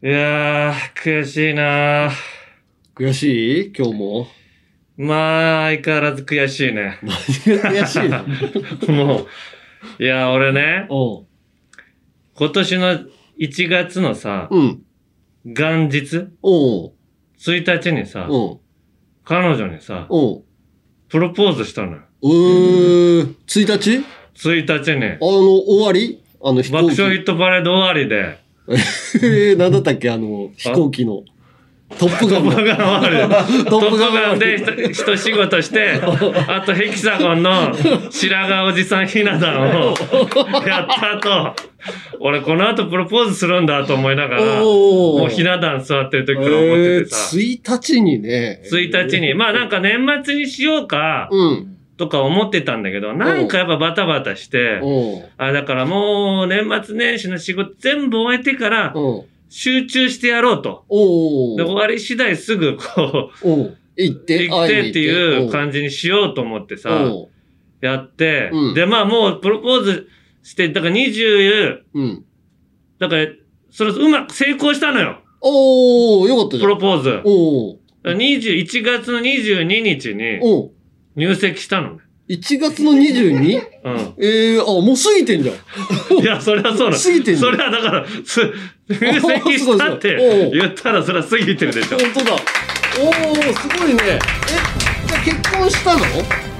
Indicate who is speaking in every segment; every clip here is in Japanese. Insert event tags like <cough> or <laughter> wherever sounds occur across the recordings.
Speaker 1: いやー、悔しいなー。
Speaker 2: 悔しい今日も。
Speaker 1: まあ、相変わらず悔しいね。 <laughs>
Speaker 2: 何が悔しいの
Speaker 1: もう。いやー、俺ね、
Speaker 2: おう
Speaker 1: 今年の1月のさ、
Speaker 2: うん。
Speaker 1: 元日、
Speaker 2: おう
Speaker 1: 1日にさ、
Speaker 2: おう
Speaker 1: 彼女にさ、
Speaker 2: おう
Speaker 1: プロポーズしたのよ。
Speaker 2: うーん。1日
Speaker 1: 1日に
Speaker 2: あ。の、終わりあの飛
Speaker 1: 爆
Speaker 2: 行 <laughs>
Speaker 1: 笑ヒッ
Speaker 2: 機。
Speaker 1: トパレード終わりで、
Speaker 2: えー、何だったっけあの、飛行機の。トップガン
Speaker 1: トッ
Speaker 2: の。
Speaker 1: プガン終わりで。
Speaker 2: <laughs>
Speaker 1: ト
Speaker 2: ト
Speaker 1: ッ
Speaker 2: ップ
Speaker 1: プ
Speaker 2: ガン
Speaker 1: ガンで一一仕事
Speaker 2: <laughs>
Speaker 1: して、あとヘキサゴンの白髪おじさんひな壇をやった後、俺この後プロポーズするんだと思いながら、
Speaker 2: おう
Speaker 1: もうひな壇座ってる時から思
Speaker 2: え
Speaker 1: っ
Speaker 2: ー、
Speaker 1: ててさ、
Speaker 2: 1日にね。
Speaker 1: 1日に、まあなんか年末にしようか
Speaker 2: うん。
Speaker 1: とか思ってたんだけど、なんかやっぱバタバタして、
Speaker 2: おう
Speaker 1: あだからもう年末年始の仕事全部終えてから
Speaker 2: おう
Speaker 1: 集中してやろうと。
Speaker 2: お
Speaker 1: で、終
Speaker 2: う
Speaker 1: わり次第すぐこう、
Speaker 2: おう行って、
Speaker 1: 行っ
Speaker 2: 会
Speaker 1: て
Speaker 2: に
Speaker 1: っていう
Speaker 2: じ
Speaker 1: 感じにしようと思ってさ、
Speaker 2: おう
Speaker 1: やって
Speaker 2: う、ん
Speaker 1: で、まあもうプロポーズして、だから20、
Speaker 2: うん。
Speaker 1: だから、それうまく成功したのよ、
Speaker 2: おうよかったじ
Speaker 1: プ
Speaker 2: ゃ
Speaker 1: ロ
Speaker 2: ん。
Speaker 1: ポーズ。
Speaker 2: おう
Speaker 1: 21月の22日に
Speaker 2: おう
Speaker 1: 入籍したのね。
Speaker 2: 1月の 22?
Speaker 1: う
Speaker 2: ええー、あ、もう過ぎ
Speaker 1: <laughs>
Speaker 2: てんじゃん。
Speaker 1: ん。いや、それはそうなの。
Speaker 2: 過ぎてんじゃ
Speaker 1: そ
Speaker 2: ん。
Speaker 1: れはだから、す、入籍したっ
Speaker 2: すごいすごいお
Speaker 1: て
Speaker 2: う
Speaker 1: 言ったらそれは過ぎてるでしょ。
Speaker 2: 本当だ。おー、すごいね。え、じゃあ結婚したの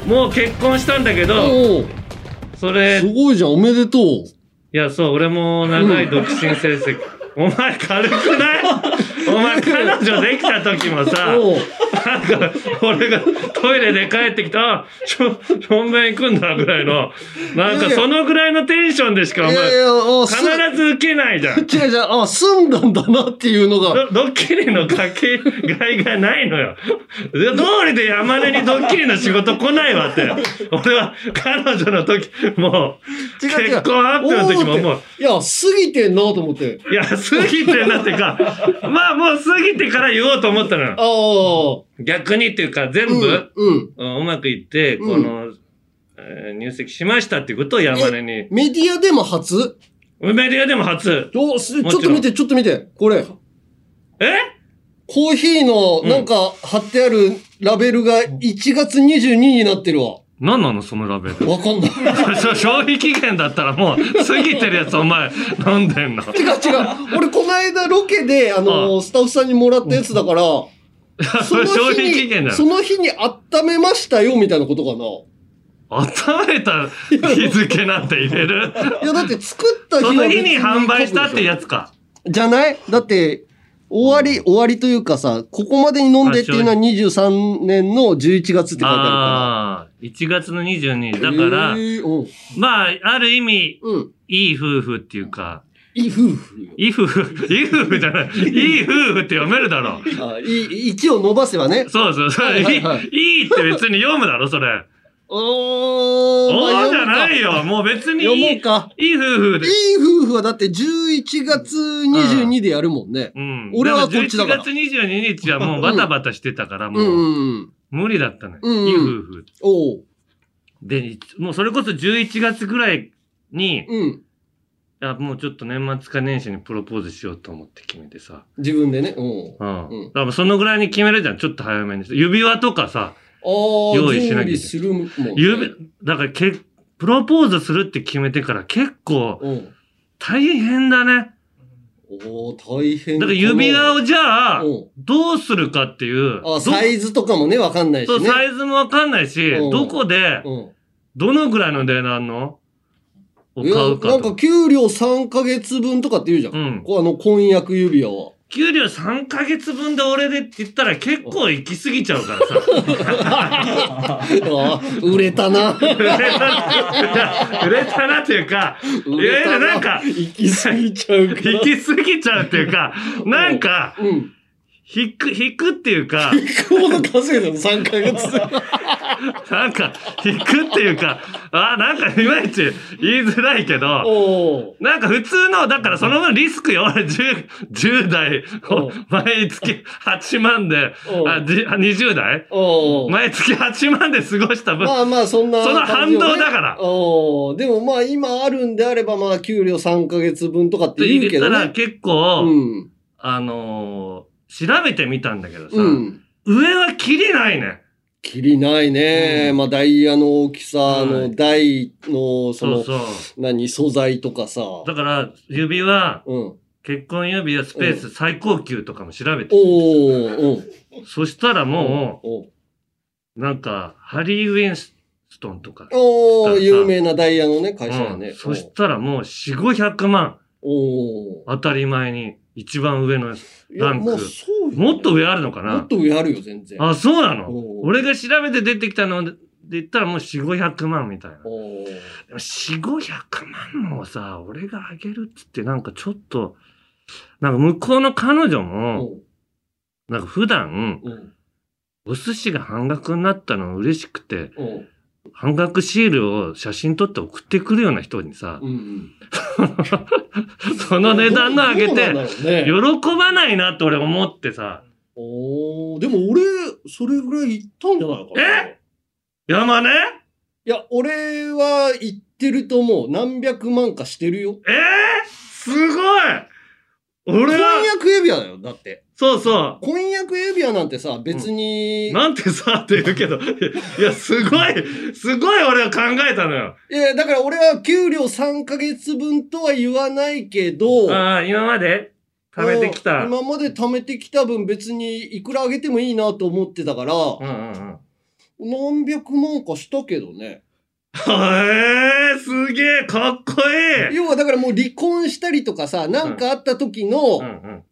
Speaker 1: もう結婚したんだけど、
Speaker 2: おおー、
Speaker 1: それ
Speaker 2: す、ごいじゃん、おめでとう。
Speaker 1: いや、そう、俺も長い独身成績。お前軽くないお前彼女できた時もさ、
Speaker 2: おー
Speaker 1: なんか俺がトイレで帰ってきた、あしょ、正面行くんだぐらいの、なんかそのぐらいのテンションでしかお
Speaker 2: いやい
Speaker 1: 前、
Speaker 2: や、あ、す
Speaker 1: 必、ず受けないじゃん。
Speaker 2: 違う違う、あ、済んだんだなっていうのが、
Speaker 1: ドドッキリのかけがいがないのよ。どうりで山根にドッキリの仕事来ないわって。俺は彼女の時、もう、
Speaker 2: 違う違う
Speaker 1: <laughs> 結婚発表の時も
Speaker 2: お
Speaker 1: も
Speaker 2: ーっていや、過ぎてんなと思って。
Speaker 1: う、いや、過ぎてなってか、まあもう過ぎてから言おうと思ったのよ
Speaker 2: あ。あ、
Speaker 1: 逆にっていうか、全
Speaker 2: うん、
Speaker 1: 部、
Speaker 2: うん。
Speaker 1: うんうまくいって、この、えー入籍しましたっていうことを山根に。
Speaker 2: メディアでも初
Speaker 1: メディアでも初。
Speaker 2: おすち
Speaker 1: もち
Speaker 2: ょ
Speaker 1: ろ
Speaker 2: っ
Speaker 1: ん
Speaker 2: と見て、ちょっと見て。これ、
Speaker 1: え
Speaker 2: コーヒーの、なんか、貼ってあるラベルが1月22になってるわ。
Speaker 1: 何なのそのラ <laughs> ベル。
Speaker 2: わかんない。 <laughs>
Speaker 1: それ消費期限だったらもう過ぎてるやつお前飲んでんの。
Speaker 2: 違う違う。俺、この間ロケで、あのスタッフさんにもらったやつだから、 <laughs> そ
Speaker 1: それ
Speaker 2: の
Speaker 1: 消
Speaker 2: 日
Speaker 1: 費期限
Speaker 2: に、
Speaker 1: だ
Speaker 2: そ
Speaker 1: ろ。
Speaker 2: の日に温めましたよ、みたいなことか
Speaker 1: 温めた日付なんて入れる
Speaker 2: な。いや、だって作った日は
Speaker 1: その日
Speaker 2: 別
Speaker 1: に販売したって
Speaker 2: 書く
Speaker 1: やつか。
Speaker 2: でしょじゃないだって、終わり、終わりというかさ、ここまでに飲んでっていうのは23年の11月って書いてあ
Speaker 1: ああ、1月の22
Speaker 2: る
Speaker 1: 日。
Speaker 2: から。
Speaker 1: だから、
Speaker 2: えーうん。
Speaker 1: まあ、ある意味、
Speaker 2: うん。
Speaker 1: いい夫婦っていうか、
Speaker 2: いい夫婦よ。
Speaker 1: いい夫婦、いい夫婦じゃない、いい夫婦って読めるだろ。
Speaker 2: あいい、1を伸ばせばね。
Speaker 1: そうそう、それ、い、
Speaker 2: はいいはい
Speaker 1: いいって別に読むだろ、それ。
Speaker 2: おー、
Speaker 1: お
Speaker 2: まあ
Speaker 1: ーじゃない
Speaker 2: よ。
Speaker 1: よ、もう別にい
Speaker 2: 読もう
Speaker 1: い、
Speaker 2: か。
Speaker 1: いい夫婦で。
Speaker 2: いい夫婦はだって11月22でやるもんね。
Speaker 1: うん
Speaker 2: 俺はこっちだから
Speaker 1: でも11月22日はもうバタバタしてたから、
Speaker 2: うん
Speaker 1: もう
Speaker 2: うん。
Speaker 1: 無理だったね。
Speaker 2: うんうん
Speaker 1: いい夫婦。
Speaker 2: おう。
Speaker 1: で、もうそれこそ11月ぐらいに、
Speaker 2: うん。
Speaker 1: あもうちょっと年末か年始にプロポーズしようと思って決めてさ。
Speaker 2: 自分でね。うん。
Speaker 1: うん。
Speaker 2: うん
Speaker 1: だからもうそのぐらいに決めるじゃん。ちょっと早めに。指輪とかさ、
Speaker 2: ああ、
Speaker 1: 用意しなきゃいけない
Speaker 2: 準備するもん、ね。
Speaker 1: 指、だからけ、プロポーズするって決めてから結構
Speaker 2: うん。
Speaker 1: 大変だね。
Speaker 2: おお大変
Speaker 1: だから指輪をじゃあ、
Speaker 2: うん
Speaker 1: どうするかっていう。
Speaker 2: あ
Speaker 1: ど
Speaker 2: サイズとかもね、わかんないし
Speaker 1: そう、
Speaker 2: ね。
Speaker 1: サイズもわかんないし、
Speaker 2: うん
Speaker 1: どこで、
Speaker 2: うん。
Speaker 1: どのぐらいの値段のを
Speaker 2: い
Speaker 1: 買
Speaker 2: や、
Speaker 1: う
Speaker 2: な
Speaker 1: か
Speaker 2: んか
Speaker 1: と。
Speaker 2: 給料3ヶ月分とかって言うじゃん。
Speaker 1: うん
Speaker 2: こうあの、婚約指
Speaker 1: <laughs>
Speaker 2: 輪は。
Speaker 1: 給料3ヶ月分で俺でって言ったら結構行き過ぎちゃうからさ。
Speaker 2: あー売れたな。
Speaker 1: <laughs> 売れたな、売れたなというか、い
Speaker 2: 売
Speaker 1: わゆ
Speaker 2: れた
Speaker 1: るなんか、
Speaker 2: 行き過ぎちゃうから。
Speaker 1: 行き過ぎちゃうっていうか、なんか、
Speaker 2: うん。
Speaker 1: 引く、引くっていうか、
Speaker 2: この稼いだの3ヶ
Speaker 1: <laughs>
Speaker 2: 月で。
Speaker 1: なんか、引くっていうか、あ、なんかいまいち言いづらいけど、
Speaker 2: おお。
Speaker 1: なんか普通の、だからその分リスクよ、俺10、10代
Speaker 2: お
Speaker 1: を毎月8万で、
Speaker 2: お
Speaker 1: あ、じあ20代
Speaker 2: おお。
Speaker 1: 毎月8万で過ごした分、
Speaker 2: まあまあ、そんな
Speaker 1: その
Speaker 2: 感じ
Speaker 1: 反
Speaker 2: よね、
Speaker 1: 動だから。
Speaker 2: おーでもまあ今あるんであればまあ給料3ヶ月分とかっ
Speaker 1: って
Speaker 2: て
Speaker 1: 言
Speaker 2: 言
Speaker 1: っ
Speaker 2: うけ
Speaker 1: た
Speaker 2: ど
Speaker 1: ら
Speaker 2: ね。
Speaker 1: 結
Speaker 2: う
Speaker 1: 構、
Speaker 2: ん。
Speaker 1: あのー調べてみたんだけどさ、
Speaker 2: うん。
Speaker 1: 上は切りないね。
Speaker 2: きりないね。
Speaker 1: うん
Speaker 2: まあ、ダイヤの大きさ
Speaker 1: は
Speaker 2: の、
Speaker 1: い
Speaker 2: 台の、そ
Speaker 1: そ
Speaker 2: の
Speaker 1: う、そう。
Speaker 2: 何、素材とかさ。
Speaker 1: だから、指輪、
Speaker 2: うん。
Speaker 1: 結婚指輪スペース最高級とかも調べて、
Speaker 2: おー、うん。
Speaker 1: そしたらも
Speaker 2: おー
Speaker 1: う、なんか、ハリー・ウィンストンとか、
Speaker 2: お
Speaker 1: そしたら
Speaker 2: ー、
Speaker 1: さ
Speaker 2: 有名なダイヤのね、会社だ
Speaker 1: う
Speaker 2: ね。
Speaker 1: んそしたらもう4、500万、
Speaker 2: おー。
Speaker 1: 当たり前に、一番上の、
Speaker 2: いや
Speaker 1: ランク
Speaker 2: もうそうよ
Speaker 1: もっと上あるのか
Speaker 2: もっ
Speaker 1: な
Speaker 2: と上あるよ、全然。
Speaker 1: あ、そうなの
Speaker 2: おー
Speaker 1: 俺が調べて出てきたので言ったらもう4、500万みたいな。
Speaker 2: おー
Speaker 1: でも4、500万もさ、俺があげるっつってなんかちょっと、なんか向こうの彼女も、
Speaker 2: お
Speaker 1: なんか普段、
Speaker 2: ー
Speaker 1: お寿司が半額になったの嬉しくて、
Speaker 2: おー
Speaker 1: 半額シールを写真撮って送ってくるような人にさ
Speaker 2: う、ん
Speaker 1: その値段の上げて、喜
Speaker 2: て。
Speaker 1: ばないなって俺思ってさ、
Speaker 2: おーでも俺、それぐらい行ったんじゃないかな。え
Speaker 1: 山ね
Speaker 2: いや、俺は行ってると思う。何百万かしてるよ。
Speaker 1: えー、すごい俺
Speaker 2: 婚
Speaker 1: は、
Speaker 2: 約指輪だよ、だって。
Speaker 1: そうそ
Speaker 2: 婚約指輪なんてさ、別
Speaker 1: う。
Speaker 2: に、
Speaker 1: なんてさ、って言うけど、いや、すごい、すごい俺は考えたのよ。
Speaker 2: いや、だから俺は給料3ヶ月分とは言わないけど、
Speaker 1: ああ、今まで食べてきた。うん
Speaker 2: 今まで貯めてきた分別にいくらあげてもいいなと思ってたから、
Speaker 1: うんうん。
Speaker 2: 何百万かしたけどね。
Speaker 1: へえー、すげえ、かっこいい。
Speaker 2: 要はだからもう離婚したりとかさ、なんかあった時の、
Speaker 1: うんうん、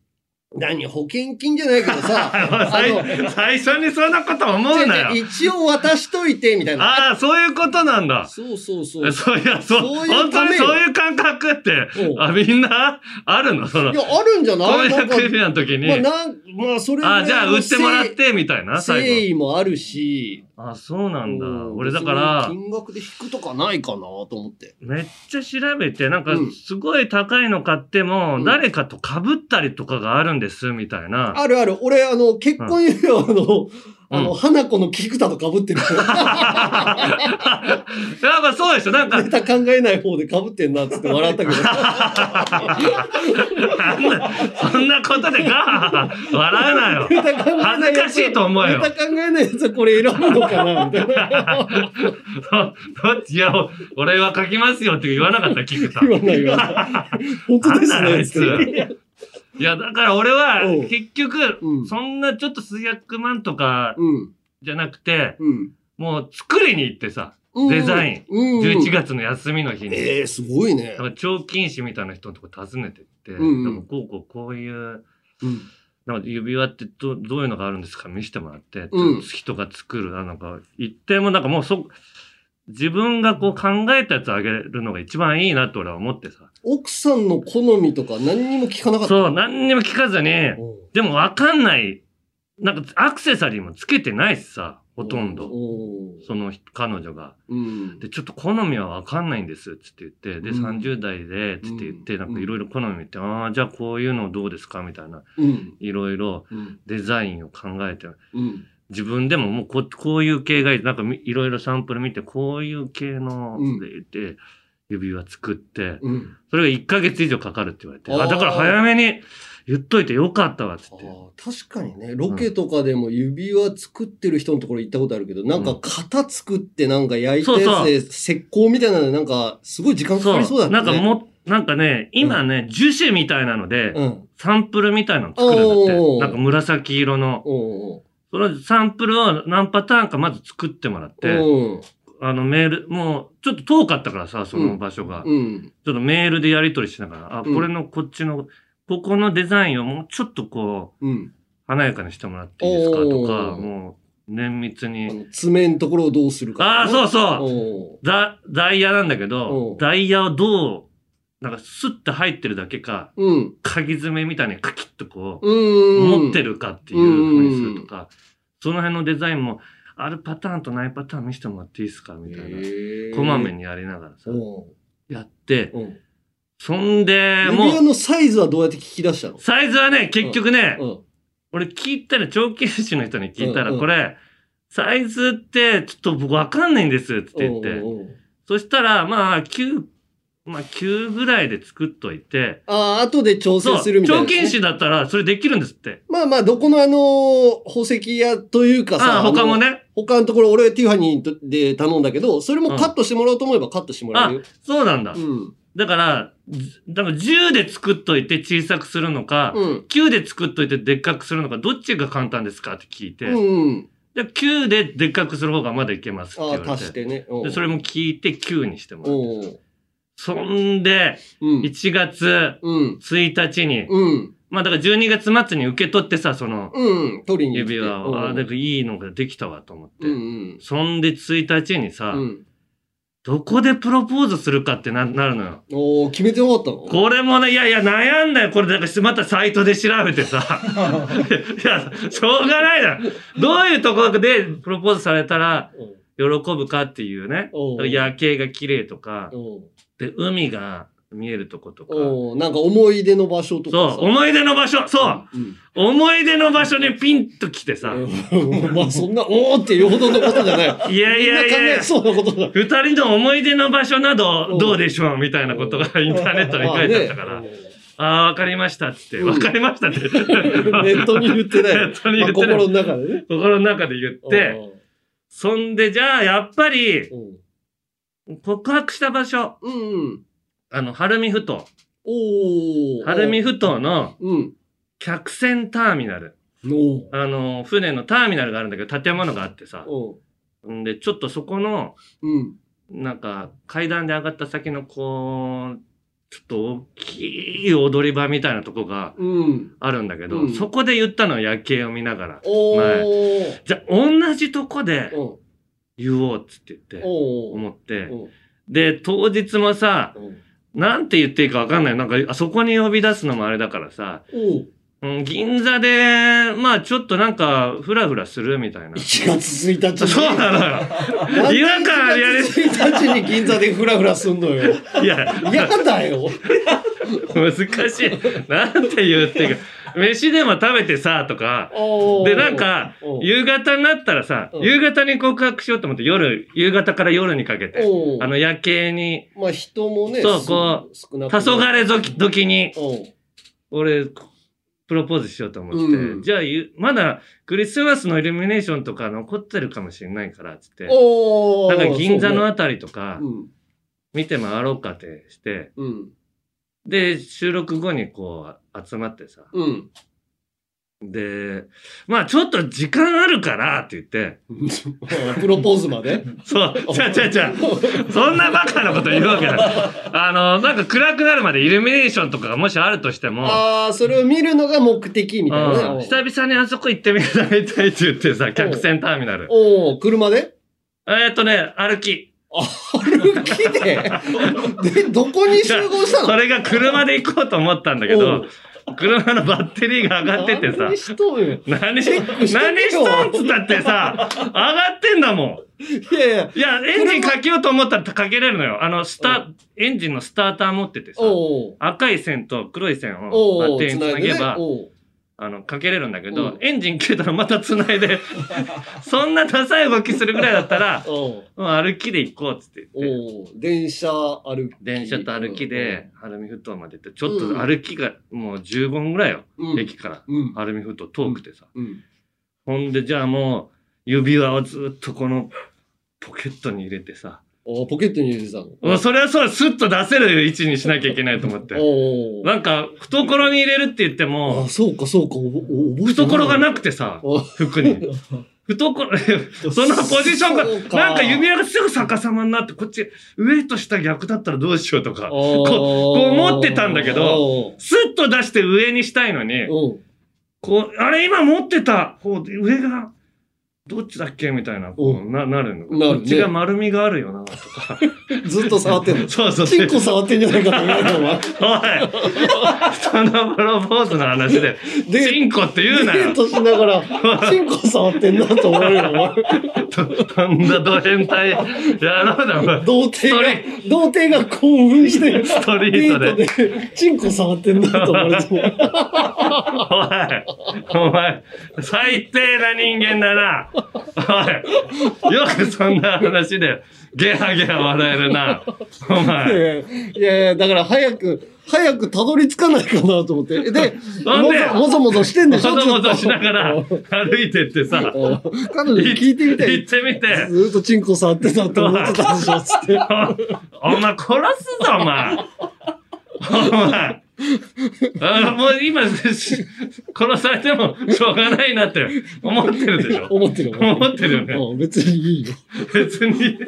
Speaker 2: 何、保険金じゃないけどさ、
Speaker 1: 最最初に <laughs> そんなこと思うな
Speaker 2: 違
Speaker 1: よ。
Speaker 2: う違う一応渡しといて、みたいな。
Speaker 1: ああ、そういうことなんだ。
Speaker 2: そうそうそ
Speaker 1: <laughs>
Speaker 2: う。
Speaker 1: そういや、そう、
Speaker 2: そういう
Speaker 1: 本
Speaker 2: た
Speaker 1: 当
Speaker 2: め
Speaker 1: に
Speaker 2: よ
Speaker 1: そういう感覚って、
Speaker 2: うんい
Speaker 1: あ、みんな、あるのその、
Speaker 2: や、あるんじゃな
Speaker 1: 婚
Speaker 2: いなんか
Speaker 1: 約、指輪の時に
Speaker 2: まあ、、なんまあ、それぐらい
Speaker 1: あ、
Speaker 2: の
Speaker 1: じゃあ、売ってもらっ
Speaker 2: 誠
Speaker 1: て、みたいな、
Speaker 2: 誠
Speaker 1: 最後。
Speaker 2: 意もあるし、
Speaker 1: あ、そうなんだ。
Speaker 2: うん
Speaker 1: 俺だか
Speaker 2: 別
Speaker 1: ら、
Speaker 2: に金額で引くとかないかなと思って。
Speaker 1: めっちゃ調べて、なんか
Speaker 2: うん、
Speaker 1: すごい高いの買っても、
Speaker 2: うん
Speaker 1: 誰かと被ったりとかがあるんです、みたいな。
Speaker 2: あるある。俺、あの、結婚指輪の、あ
Speaker 1: う
Speaker 2: の、
Speaker 1: ん
Speaker 2: 花子の菊田と被
Speaker 1: <laughs>
Speaker 2: ってる。
Speaker 1: やっぱそうでしょなんか、
Speaker 2: ネタ考えない方で被ってんなっつって笑ったけど。
Speaker 1: そんなことでガー笑うなよ。
Speaker 2: ネタ考えな
Speaker 1: 恥ず
Speaker 2: いやつ
Speaker 1: かしいと思うよ
Speaker 2: ネタ考えないやつはこれ選ぶのかなみたいな。
Speaker 1: いや、俺は書きますよって言わなかった、菊田。
Speaker 2: 言わないわ。本当ですね。つ
Speaker 1: な
Speaker 2: っ
Speaker 1: んだ
Speaker 2: て
Speaker 1: いや、だから俺は
Speaker 2: おう、
Speaker 1: 結局、
Speaker 2: うん
Speaker 1: そんなちょっと数百万とか
Speaker 2: うん。
Speaker 1: じゃなくて、
Speaker 2: うん。
Speaker 1: もう作りに行ってさ、
Speaker 2: うん
Speaker 1: デザイン。
Speaker 2: うん。
Speaker 1: 11月の休みの日に。
Speaker 2: ええ、すごいね
Speaker 1: だか。ら彫金師みたいな人のとこ訪ねてって、
Speaker 2: うん
Speaker 1: でもこうこうこういう、
Speaker 2: うん
Speaker 1: なんか指輪ってどどういうのがあるんですか見せてもらって、
Speaker 2: うん
Speaker 1: 人が作る、あなんか一定もなんかもうそ、自分がこう考えたやつあげるのが一番いいなと俺は思ってさ。
Speaker 2: 奥さんの好みとか何にも聞かなかった。
Speaker 1: そう、何にも聞かずに、
Speaker 2: う
Speaker 1: でもわかんない、なんかアクセサリーもつけてないしさ、ほとんど。
Speaker 2: おー
Speaker 1: その人彼女が。
Speaker 2: うん。
Speaker 1: で、ちょっと好みはわかんないんです、つって言って、で、
Speaker 2: うん
Speaker 1: 30代で、つって言って、
Speaker 2: うん
Speaker 1: なんかいろいろ好みって、ああ、じゃあこういうのどうですかみたいな、
Speaker 2: うん。
Speaker 1: いろいろ
Speaker 2: うん。
Speaker 1: デザインを考えて、
Speaker 2: うん。
Speaker 1: 自分でももうここういう系がいい、なんかみいろいろサンプル見て、こういう系の
Speaker 2: うん、
Speaker 1: で言って、指輪作って、
Speaker 2: うん。
Speaker 1: それが1ヶ月以上かかるって言われて、
Speaker 2: あー
Speaker 1: あ、だから早めに言っといてよかったわ、つ
Speaker 2: あ
Speaker 1: って。
Speaker 2: ー確かにね、ロケとかでも指輪作ってる人のところ行ったことあるけど、なんか型作ってなんか焼いたやつ
Speaker 1: そうそう
Speaker 2: で石膏みたいなのでなんかすごい時間かかりそうだ
Speaker 1: な
Speaker 2: ね。
Speaker 1: んかも、なんかね、今ね、樹脂みたいなので、
Speaker 2: うん。
Speaker 1: サンプルみたいなの作るんだっ
Speaker 2: おー
Speaker 1: て。なんか紫色の。
Speaker 2: おう
Speaker 1: そのサンプルを何パターンかまず作ってもらっ
Speaker 2: おう
Speaker 1: て、
Speaker 2: おう
Speaker 1: あのメール、もうちょっと遠かったからさ、その場所が。
Speaker 2: うん。
Speaker 1: ちょっとメールでやり取りしながら、あ、
Speaker 2: うん
Speaker 1: これのこっちの、ここのデザインをもうちょっとこう、
Speaker 2: うん。
Speaker 1: 華やかにしてもらっていいですかとか、
Speaker 2: おー
Speaker 1: もう綿密
Speaker 2: あ
Speaker 1: に。
Speaker 2: の爪のところをどうするか、
Speaker 1: ああ、そうそう
Speaker 2: そ
Speaker 1: ダダイヤなんだけど
Speaker 2: お、
Speaker 1: ダイヤをどう、なんかスッて入ってるだけか、
Speaker 2: う。うん。
Speaker 1: 鍵爪みたいにカキッとこう、
Speaker 2: うん。
Speaker 1: 持ってるかっていうふうにするとか、その辺のデザインも、あるパターンとないパターン見せてもらっていいですかみたいな。こまめ
Speaker 2: に。
Speaker 1: にやりながらさ、
Speaker 2: おう
Speaker 1: やって、
Speaker 2: おう
Speaker 1: そんで、
Speaker 2: 指輪
Speaker 1: もう、
Speaker 2: のサイズはどうやって聞き出したの
Speaker 1: サイズはね、結局ね、
Speaker 2: うん。
Speaker 1: 俺聞いたら、長期師の人に聞いた
Speaker 2: うん
Speaker 1: ら、
Speaker 2: うん
Speaker 1: これ、サイズって、ちょっと僕わかんないんです、って言って。
Speaker 2: おうおう
Speaker 1: そしたら、まあ、9まあ、9ぐらいで作っといて、
Speaker 2: ああ、後で調
Speaker 1: そ
Speaker 2: 整
Speaker 1: う、
Speaker 2: するみたいな、
Speaker 1: 条件。士だったら、それできるんですって。
Speaker 2: まあまあ、どこのあのー、宝石屋というかさ、
Speaker 1: ああ、他も
Speaker 2: ね。
Speaker 1: ね。
Speaker 2: 他のところ、俺ティファニーで頼んだけど、それもカットしてもらおうと思えばカットしてもらえるよ。
Speaker 1: そうなんだ
Speaker 2: う。ん。
Speaker 1: だから、ずだから10で作っといて小さくするのか、
Speaker 2: うん。
Speaker 1: 9で作っといてでっかくするのか、どっちが簡単ですかって聞いて、
Speaker 2: うんうん。
Speaker 1: で9ででっかくする方がまだいけますって
Speaker 2: あ
Speaker 1: 言
Speaker 2: あ、
Speaker 1: わ
Speaker 2: 足
Speaker 1: れ。
Speaker 2: しててね。
Speaker 1: でそれも聞いて9にしてもらう。
Speaker 2: おう
Speaker 1: そんで、
Speaker 2: うん。
Speaker 1: 1月
Speaker 2: うん。
Speaker 1: 1日に、
Speaker 2: うん。
Speaker 1: まあだから12月末に受け取ってさ、その
Speaker 2: うん。取りに行って
Speaker 1: 指輪
Speaker 2: うん
Speaker 1: を、ああ、だからいいのができたわと思って。
Speaker 2: うんうん。
Speaker 1: そんで1日にさ、
Speaker 2: うん。
Speaker 1: どこでプロポーズするかってななるのよ。
Speaker 2: おお決めてなかったの
Speaker 1: これもね、いやいや、悩んだよ。これ、だから、またサイトで調べて
Speaker 2: <laughs>
Speaker 1: さ。いや、しょうがないだろ。どういうところでプロポーズされたら
Speaker 2: うん
Speaker 1: 喜ぶかっていうね。
Speaker 2: おう
Speaker 1: 夜景が綺麗とか、
Speaker 2: おう
Speaker 1: で、海が見えるとことか。
Speaker 2: おうなんか思い出の場所とかさ。
Speaker 1: そう、思い出の場所、そう、
Speaker 2: うん。
Speaker 1: 思い出の場所にピンと来てさ。
Speaker 2: うん <laughs> まあそんな、おおっていうほどのことじゃない。
Speaker 1: いやい
Speaker 2: みんな
Speaker 1: や
Speaker 2: 考
Speaker 1: いや
Speaker 2: え。そうなことだ。
Speaker 1: 二人の思い出の場所な
Speaker 2: う
Speaker 1: ど
Speaker 2: ん
Speaker 1: どうでしょうみたいなことがインターネットに書いてあったか
Speaker 2: ま
Speaker 1: ら
Speaker 2: あね。
Speaker 1: ああ、わかりましたっつって。
Speaker 2: うん
Speaker 1: わかりましたって。
Speaker 2: <laughs> ネットに言ってな
Speaker 1: <laughs>
Speaker 2: い。
Speaker 1: ネットに言ってない
Speaker 2: まあ心の中でね。
Speaker 1: 心の中で言って、そんで、じゃあ、やっぱり、
Speaker 2: うん、
Speaker 1: 告白した場所、
Speaker 2: うんうん。
Speaker 1: あの、晴海ふ頭、
Speaker 2: おお。
Speaker 1: 晴海ふ頭の
Speaker 2: うん。
Speaker 1: 客船ターミナル、
Speaker 2: の。
Speaker 1: あの、船のターミナルがあるんだけど、建物があってさ、んで、ちょっとそこの、
Speaker 2: うん。
Speaker 1: なんか、階段で上がった先の、こう、ちょっと大きい踊り場みたいなとこが
Speaker 2: うん。
Speaker 1: あるんだけど、
Speaker 2: うん
Speaker 1: そこで言ったの夜景を見ながら。
Speaker 2: おお。うん
Speaker 1: じゃあ、同じとこで言おうっつって言って、
Speaker 2: おお。
Speaker 1: 思って。
Speaker 2: うん
Speaker 1: で、当日もさ、なんて言っていいかわかんない。なんか、あそこに呼び出すのもあれだからさ、
Speaker 2: お
Speaker 1: <laughs>
Speaker 2: う
Speaker 1: うん、銀座で、まあちょっとなんか、ふらふらするみたい
Speaker 2: <laughs>
Speaker 1: な。
Speaker 2: 1月1日に。
Speaker 1: そうなのよ。
Speaker 2: なんで
Speaker 1: 違和感あるやれ
Speaker 2: 1月1日に銀座でフラフラすんのよ。
Speaker 1: いや、
Speaker 2: 嫌だよ。
Speaker 1: 難しい。なんて言うっていうか、飯でも食べてさ、とか、
Speaker 2: おー
Speaker 1: で、なん、か、
Speaker 2: おー
Speaker 1: 夕方になったらさ、
Speaker 2: うん
Speaker 1: 夕方に告白しようと思って、夜、夕方から夜にかけて、
Speaker 2: おー
Speaker 1: あの夜景に、
Speaker 2: まあ人もね、
Speaker 1: そうこ
Speaker 2: う、少な
Speaker 1: 黄昏時時に、
Speaker 2: おう
Speaker 1: 俺、プロポーズしようと思って、
Speaker 2: うん
Speaker 1: じゃあ言う、まだクリスマスのイルミネーションとか残ってるかもしれないから、つって、
Speaker 2: お
Speaker 1: な
Speaker 2: ー
Speaker 1: んか銀座の
Speaker 2: そ
Speaker 1: あたりとか
Speaker 2: うねうん。
Speaker 1: 見て回ろうかってして、
Speaker 2: うん。
Speaker 1: で、収録後にこう集まってさ、
Speaker 2: うん。
Speaker 1: で、まあちょっと時間あるからって言って、
Speaker 2: プロポーズまで。
Speaker 1: そう、ちゃうちゃうちゃう、そんなバカなこと言うわけない。あの、なんか暗くなるまでイルミネーションとかがもしあるとしても、
Speaker 2: ああ、それを見るのが目的みたいな
Speaker 1: うん
Speaker 2: ね。
Speaker 1: 久々にあそこ行ってみたいって言ってさ、客船ターミナル。
Speaker 2: おお車で
Speaker 1: えーっとね、歩き。
Speaker 2: 歩きでで、どこに集合したの
Speaker 1: それが車で行こうと思ったんだけ
Speaker 2: お
Speaker 1: ど
Speaker 2: う、
Speaker 1: 車のバッテリーが上がっててさ
Speaker 2: 何、しとんよ
Speaker 1: 何し、
Speaker 2: チェック
Speaker 1: 何
Speaker 2: して
Speaker 1: し
Speaker 2: みろ
Speaker 1: たんつったってさ、上がってんだも
Speaker 2: いやいや。
Speaker 1: ん。いや、エンジンかけようと思ったらかけれるのよ。あの、スタ、エンジンのスターター持っててさ、
Speaker 2: おう
Speaker 1: 赤い線と黒い線をバ
Speaker 2: お
Speaker 1: ッ
Speaker 2: う
Speaker 1: テリーにつ
Speaker 2: 繋
Speaker 1: ない
Speaker 2: で
Speaker 1: げ
Speaker 2: ね
Speaker 1: ば、
Speaker 2: おう
Speaker 1: あの、かけれるんだけ
Speaker 2: う
Speaker 1: ど
Speaker 2: ん、
Speaker 1: エンジン切れたらまた繋い
Speaker 2: <laughs>
Speaker 1: で、そんなダサい動きするぐらいだったら、
Speaker 2: おう
Speaker 1: もう歩きで行こうっつって言って、
Speaker 2: おう電車歩き。
Speaker 1: 電車と歩きで、晴海ふ頭まで行って、ちょっと歩きがもう15分ぐらいよ。
Speaker 2: うん、
Speaker 1: 駅から
Speaker 2: うん。
Speaker 1: アルミフット遠くてさ、
Speaker 2: うん。
Speaker 1: ほんでじゃあもう指輪をずっとこのポケットに入れてさ
Speaker 2: おうポケットに入れてたの。
Speaker 1: もうそれはそうスッと出せる位置にしなきゃいけないと思って
Speaker 2: おう
Speaker 1: なんか懐に入れるって言って
Speaker 2: あ、
Speaker 1: も
Speaker 2: そうか、そうか、おぼ覚えて
Speaker 1: 懐が
Speaker 2: ない。
Speaker 1: なくてさ
Speaker 2: お
Speaker 1: 服に懐 <laughs> そのポジション
Speaker 2: そう
Speaker 1: が
Speaker 2: か
Speaker 1: なんか指輪がすぐ逆さまになってこっち上と下逆だったらどうしようとか
Speaker 2: こ
Speaker 1: こう持ってたんだけど、スッと出して上にしたいのに
Speaker 2: うん
Speaker 1: こう、あれ今持ってた方、上が、どっちだっけみたいな、こ
Speaker 2: う
Speaker 1: う、な、なるの。
Speaker 2: なる
Speaker 1: こ
Speaker 2: ね
Speaker 1: っちが丸みがあるよな、とか。
Speaker 2: ずっと触ってん
Speaker 1: <laughs>
Speaker 2: の。
Speaker 1: そうそうそ
Speaker 2: チン
Speaker 1: う。
Speaker 2: コ触ってんじゃないかと思われた
Speaker 1: <laughs>
Speaker 2: わ。
Speaker 1: おい、そのプロポーズの話で、チ
Speaker 2: で、
Speaker 1: ンコって
Speaker 2: デ
Speaker 1: 言うなよ
Speaker 2: <laughs> ー。トしなが
Speaker 1: <laughs>
Speaker 2: ら、チンコ触ってんなと思われるわ。
Speaker 1: とんだド変態やろうだ、お前。
Speaker 2: 童貞が、童貞が興奮して、デ
Speaker 1: ストリートで。
Speaker 2: ートで、チンコ触ってんなと思われて
Speaker 1: <laughs>
Speaker 2: る。
Speaker 1: おい、お前、最低な人間だな。おい、よくそんな話で、ゲハゲハ笑えるな。お前。
Speaker 2: いやいや、だから早く、早くたどり着かないかなと思
Speaker 1: <laughs>
Speaker 2: って。で、
Speaker 1: なん
Speaker 2: も
Speaker 1: で
Speaker 2: ぞもぞもぞしてんで
Speaker 1: も
Speaker 2: しょ
Speaker 1: ぞもぞしながら
Speaker 2: <laughs> ずっと
Speaker 1: 歩いてってさ、
Speaker 2: うん彼女に聞い
Speaker 1: <laughs>
Speaker 2: てみた
Speaker 1: 行
Speaker 2: い
Speaker 1: っ。てみて
Speaker 2: <laughs> ず、ーっとチンコ触ってたと思ってたでしょ、つ
Speaker 1: <laughs>
Speaker 2: って。
Speaker 1: おお前殺すぞ、お前。お前。あもう今、し殺されてもしょうがないなって思ってるでしょ
Speaker 2: 思ってるよ
Speaker 1: 思ってるよね。
Speaker 2: うん別にいいよ。
Speaker 1: 別に、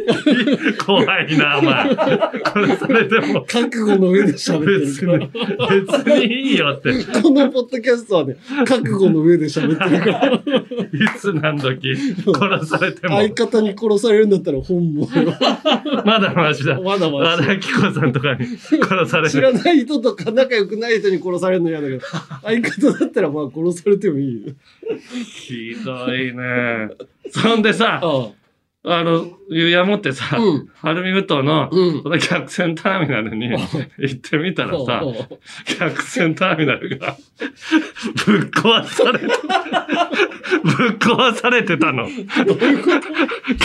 Speaker 1: 怖いな、お前。殺されても。
Speaker 2: 覚悟の上で喋って
Speaker 1: 別
Speaker 2: る
Speaker 1: に、別にいいよって。 <laughs> い
Speaker 2: から。このポッドキャストはね、覚悟の上で喋って
Speaker 1: <laughs>
Speaker 2: るから、
Speaker 1: つ何時殺されても。
Speaker 2: 相方に殺されるんだったら本
Speaker 1: <laughs>
Speaker 2: 望よ。
Speaker 1: まだマシだ。
Speaker 2: まだまだ
Speaker 1: 和田アキ子さんとかに殺され
Speaker 2: 知
Speaker 1: る。
Speaker 2: らない人とか仲良くない人に殺されるの嫌
Speaker 1: <laughs>
Speaker 2: だけど、相方だったらまあ殺されてもいいよ。
Speaker 1: ひどいね。そんでさ、
Speaker 2: あ
Speaker 1: あの、湯屋持ってさ、
Speaker 2: うん
Speaker 1: 晴海埠頭の、
Speaker 2: うん
Speaker 1: その客船ターミナルに行ってみたらさ、客船ターミナルがぶっ壊されて、ぶっ壊されてたの。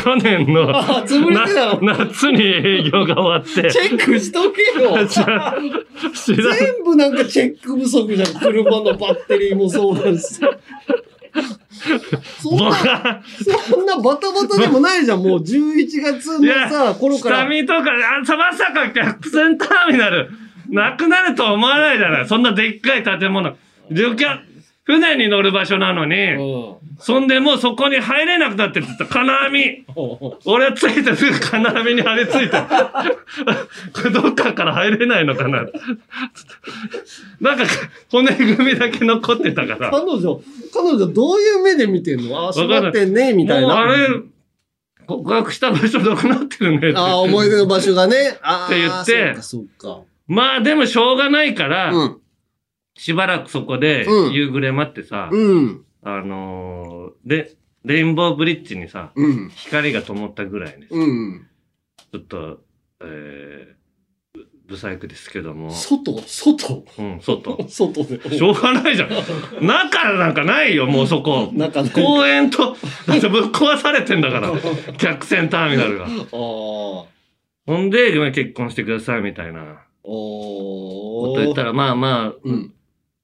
Speaker 1: 去年の
Speaker 2: あ潰れてたの
Speaker 1: な夏に営業が終わって、
Speaker 2: チェックしとけ
Speaker 1: <laughs>
Speaker 2: よ
Speaker 1: 知ら知ら
Speaker 2: 全部なんかチェック不足じゃん。車のバッテリーもそうだし
Speaker 1: <laughs>
Speaker 2: さ。そん
Speaker 1: 僕
Speaker 2: な、
Speaker 1: は、
Speaker 2: そんなバタバタでもないじゃん。もう11月
Speaker 1: い
Speaker 2: のさ、頃か
Speaker 1: 下
Speaker 2: ら。
Speaker 1: 見とか、あ、さまさか客船ターミナル、なくなると思わないじゃない。そんなでっかい建物。旅客、船に乗る場所なの
Speaker 2: うん
Speaker 1: に、そんでもうそこに入れなくなってって言った金網。俺はついてすぐ金網に張り付いて。これどっかから入れないのかな。なんか骨組みだけ残ってたから。
Speaker 2: 彼女、彼女どういう目で見てんのああ、
Speaker 1: かんない
Speaker 2: 育ってんね、みたい
Speaker 1: もうあ
Speaker 2: な。
Speaker 1: れ、告白した場所なくなってるねって。
Speaker 2: ああ、思い出の場所がね。ああ、
Speaker 1: って言って
Speaker 2: そうか、そう
Speaker 1: まあでもしょうがないから、
Speaker 2: か。うん。
Speaker 1: しばらくそこで
Speaker 2: うん
Speaker 1: 夕暮れ待ってさ、
Speaker 2: うん。
Speaker 1: あのーで、レインボーブリッジにさ、
Speaker 2: うん。
Speaker 1: 光が灯ったぐらいに、
Speaker 2: うん。
Speaker 1: ちょっと、えー、不細工ですけども、
Speaker 2: 外外
Speaker 1: うん、外。
Speaker 2: 外で。
Speaker 1: しょうがないじゃん。中なんかないよ、もうそこ。
Speaker 2: 中で。
Speaker 1: 公園と、だってぶっ壊されてんだから、客船ターミナルが。
Speaker 2: ああ。
Speaker 1: ほんで、まあ結婚してくださいみたいなこと
Speaker 2: お
Speaker 1: 言ったら、まあまあ、
Speaker 2: うん。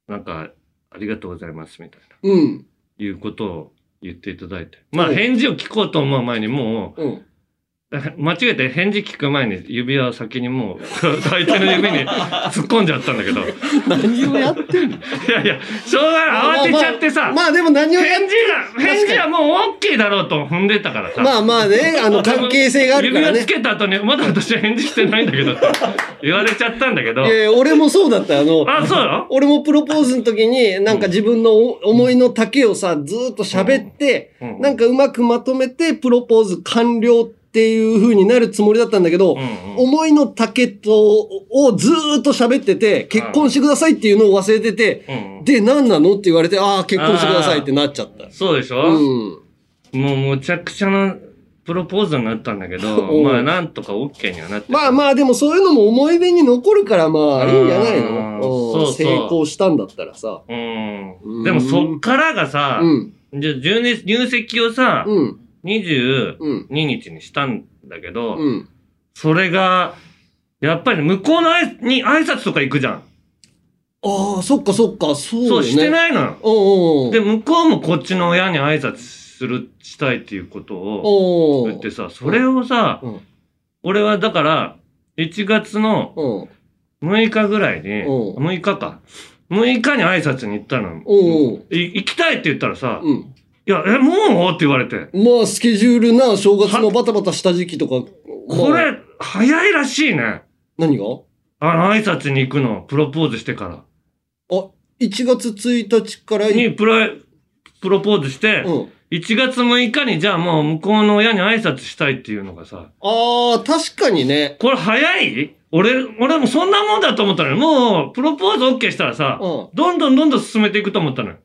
Speaker 1: なんか、ありがとうございますみたいな。
Speaker 2: うん。
Speaker 1: いうことを言っていただいて。まあ
Speaker 2: うん
Speaker 1: 返事を聞こうと思う <laughs> 前にも
Speaker 2: うん。
Speaker 1: う、間違えて返事聞く前に指輪を先にもう、相手の指に突っ込んじゃったんだけど。い <laughs>
Speaker 2: 何をやってんの
Speaker 1: やいや、しょうがない。慌てちゃって
Speaker 2: まあ
Speaker 1: さ、
Speaker 2: まあでも何をやっ
Speaker 1: 返事が、返事はもう OK だろうと踏んでたからさ。
Speaker 2: まあまあね、あの関係性があるから
Speaker 1: 指輪
Speaker 2: ね
Speaker 1: つ。けた後に、まだ私は返事してないんだけどっ
Speaker 2: <laughs>
Speaker 1: て言われちゃったんだけど。
Speaker 2: えー、俺もそうだった。あの、
Speaker 1: あ、そうなの
Speaker 2: 俺もプロポーズの時に、なんか自分のお思いの丈をさ、ずーっと喋って、
Speaker 1: うんうん
Speaker 2: なんかうまくまとめて、プロポーズ完了っていう風になるつもりだったんだけど、
Speaker 1: うんうん
Speaker 2: 思いの丈と、をずーっと喋ってて、結婚してくださいっていうのを忘れてて、
Speaker 1: うんうん
Speaker 2: で、何なのって言われて、ああ、結婚してくださいってなっちゃった。
Speaker 1: そうでしょ
Speaker 2: うん。
Speaker 1: もうむちゃくちゃなプロポーズになったんだけど、
Speaker 2: <laughs> おう
Speaker 1: まあなんとか OK にはなって。
Speaker 2: まあまあ、でもそういうのも思い出に残るから、まあ、いいんじゃない
Speaker 1: うん
Speaker 2: のうん
Speaker 1: そうそう
Speaker 2: 成功したんだったらさ。
Speaker 1: う。
Speaker 2: うんん
Speaker 1: でもそっからがさ
Speaker 2: う、ん。
Speaker 1: じゃあ入年入籍をさ、
Speaker 2: うん。
Speaker 1: 22
Speaker 2: うん。
Speaker 1: 日にしたんだけど、
Speaker 2: うん。
Speaker 1: それが、やっぱり向こうのあいに挨拶とか行くじゃん。
Speaker 2: ああ、そっかそっか、そう
Speaker 1: そうして
Speaker 2: い。
Speaker 1: ないのよ。
Speaker 2: おうん。
Speaker 1: で、向こうもこっちの親に挨拶する、したいっていうことを
Speaker 2: お
Speaker 1: 言ってさ、それをさ、
Speaker 2: うん。
Speaker 1: 俺はだから、1月の
Speaker 2: うん。
Speaker 1: 6日ぐらいに、
Speaker 2: うん
Speaker 1: 6日か。6日に挨拶に行ったの。
Speaker 2: おう
Speaker 1: い行きたいって言ったらさ、い
Speaker 2: うん。
Speaker 1: や、え、もうって言われて。
Speaker 2: まあ、スケジュールな、正月のバタバタした時期とか。
Speaker 1: こ
Speaker 2: まあ
Speaker 1: れ、早いらしいね。
Speaker 2: 何が
Speaker 1: あの、挨拶に行くの、プロポーズしてか
Speaker 2: あ、1月1日から、
Speaker 1: ら。に、プロ、プロポーズして、
Speaker 2: うん。
Speaker 1: 1月6日に、じゃあもう向こうの親に挨拶したいっていうのがさ、
Speaker 2: ああ、確かにね。
Speaker 1: これ早い俺、俺もそんなもんだと思ったのよ。もう、プロポーズ OK したらさ、
Speaker 2: う
Speaker 1: どんどんどんどん進めていくと思ったのよ。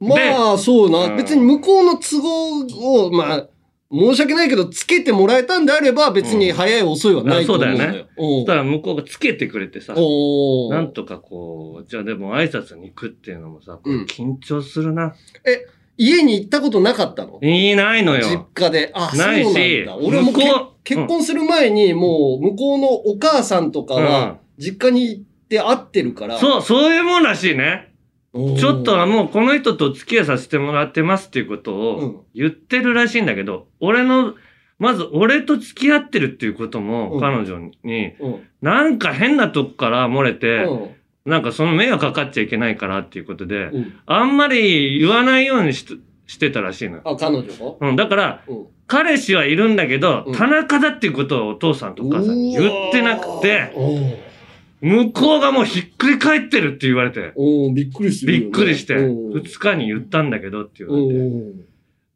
Speaker 2: ん。まあ、そう
Speaker 1: う
Speaker 2: な。
Speaker 1: ん
Speaker 2: 別に向こうの都合を、まあ、申し訳ないけど、つけてもらえたんであれば、別に早い遅いはないと思うんだ
Speaker 1: うんあ
Speaker 2: よ。お
Speaker 1: そうしたら向こうがつけてくれてさ、
Speaker 2: お
Speaker 1: なんとかこう、じゃあでも挨拶に行くっていうのもさ、これ
Speaker 2: うん
Speaker 1: 緊張するな。
Speaker 2: え、家に行ったことなかったの
Speaker 1: いいないの
Speaker 2: 実
Speaker 1: よ。
Speaker 2: 家で。あ、そう
Speaker 1: な
Speaker 2: ない
Speaker 1: し
Speaker 2: んだ。俺もうけ
Speaker 1: 向こう
Speaker 2: 結婚する前に、もう向こうのお母さんとか
Speaker 1: うん
Speaker 2: は、実家に行って会ってるから。
Speaker 1: そう、そういうもんらしいね。
Speaker 2: おー
Speaker 1: ちょっとはもうこの人とお付き合いさせてもらってますっていうこと
Speaker 2: う
Speaker 1: を
Speaker 2: ん
Speaker 1: 言ってるらしいんだけど、俺の、まず俺と付き合ってるっていうことも
Speaker 2: うん
Speaker 1: 彼女に、
Speaker 2: うん。
Speaker 1: なんか変なとこから漏れて、
Speaker 2: うん
Speaker 1: なんかその迷惑かかっちゃいけないからっていうことで、
Speaker 2: うん。
Speaker 1: あんまり言わないようにししてたらしいのよ。
Speaker 2: あ、彼女が
Speaker 1: うん、だから、
Speaker 2: うん。
Speaker 1: 彼氏はいるんだけど、
Speaker 2: うん
Speaker 1: 田中だっていうことをお父さんとお母さんに言ってなくて、
Speaker 2: おー
Speaker 1: 向こうがもうひっくり返ってるって言われて、
Speaker 2: おーびっくりするよね。
Speaker 1: びっくりして、
Speaker 2: う
Speaker 1: 二
Speaker 2: ん
Speaker 1: 日に言ったんだけどって言
Speaker 2: う
Speaker 1: われて、
Speaker 2: ん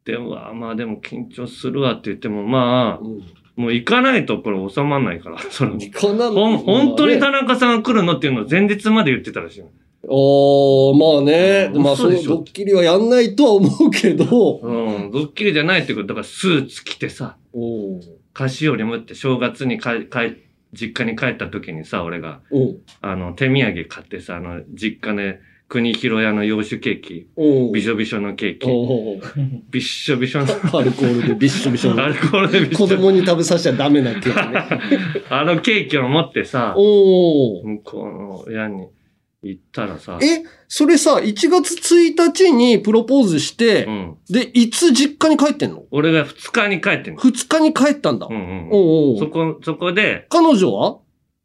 Speaker 1: でも、まあでも緊張するわって言っても、まあ、
Speaker 2: うん
Speaker 1: もう行かないとこれ収まんないから、 <laughs> その、
Speaker 2: いかな
Speaker 1: ほん本当に
Speaker 2: まあ
Speaker 1: 田中さんが来るのっていうのを前日まで言ってたらしいの。
Speaker 2: おーまあね。
Speaker 1: うん
Speaker 2: まあ、そ
Speaker 1: 嘘
Speaker 2: の
Speaker 1: でしょ
Speaker 2: ドッキリはやんないとは思うけど。
Speaker 1: うん、ドッキリじゃないってこと、だからスーツ着てさ、
Speaker 2: おー
Speaker 1: 菓子折り持って正月にか帰実家に帰った時にさ、俺が、
Speaker 2: おー
Speaker 1: あの、手土産買ってさ、あの、実家で、国広屋の洋酒ケーキ、
Speaker 2: おー
Speaker 1: びしょびしょのケーキ、
Speaker 2: おー
Speaker 1: びっしょびしょの、
Speaker 2: アルコールでびっしょびしょ
Speaker 1: <laughs> アルコールでびっし
Speaker 2: 子
Speaker 1: ょ、
Speaker 2: 供に食べさせちゃダメなケーキね。
Speaker 1: あのケーキを持ってさ、
Speaker 2: おー
Speaker 1: 向こうの屋に行ったらさ、
Speaker 2: え、それさ、1月1日にプロポーズして、
Speaker 1: うん、
Speaker 2: で、いつ実家に帰ってんの
Speaker 1: 俺が二日に帰ってんの。
Speaker 2: ?2 日に帰ったんだ。
Speaker 1: う
Speaker 2: お
Speaker 1: んうん。
Speaker 2: お
Speaker 1: そ
Speaker 2: ー
Speaker 1: こ、そこで、
Speaker 2: 彼女は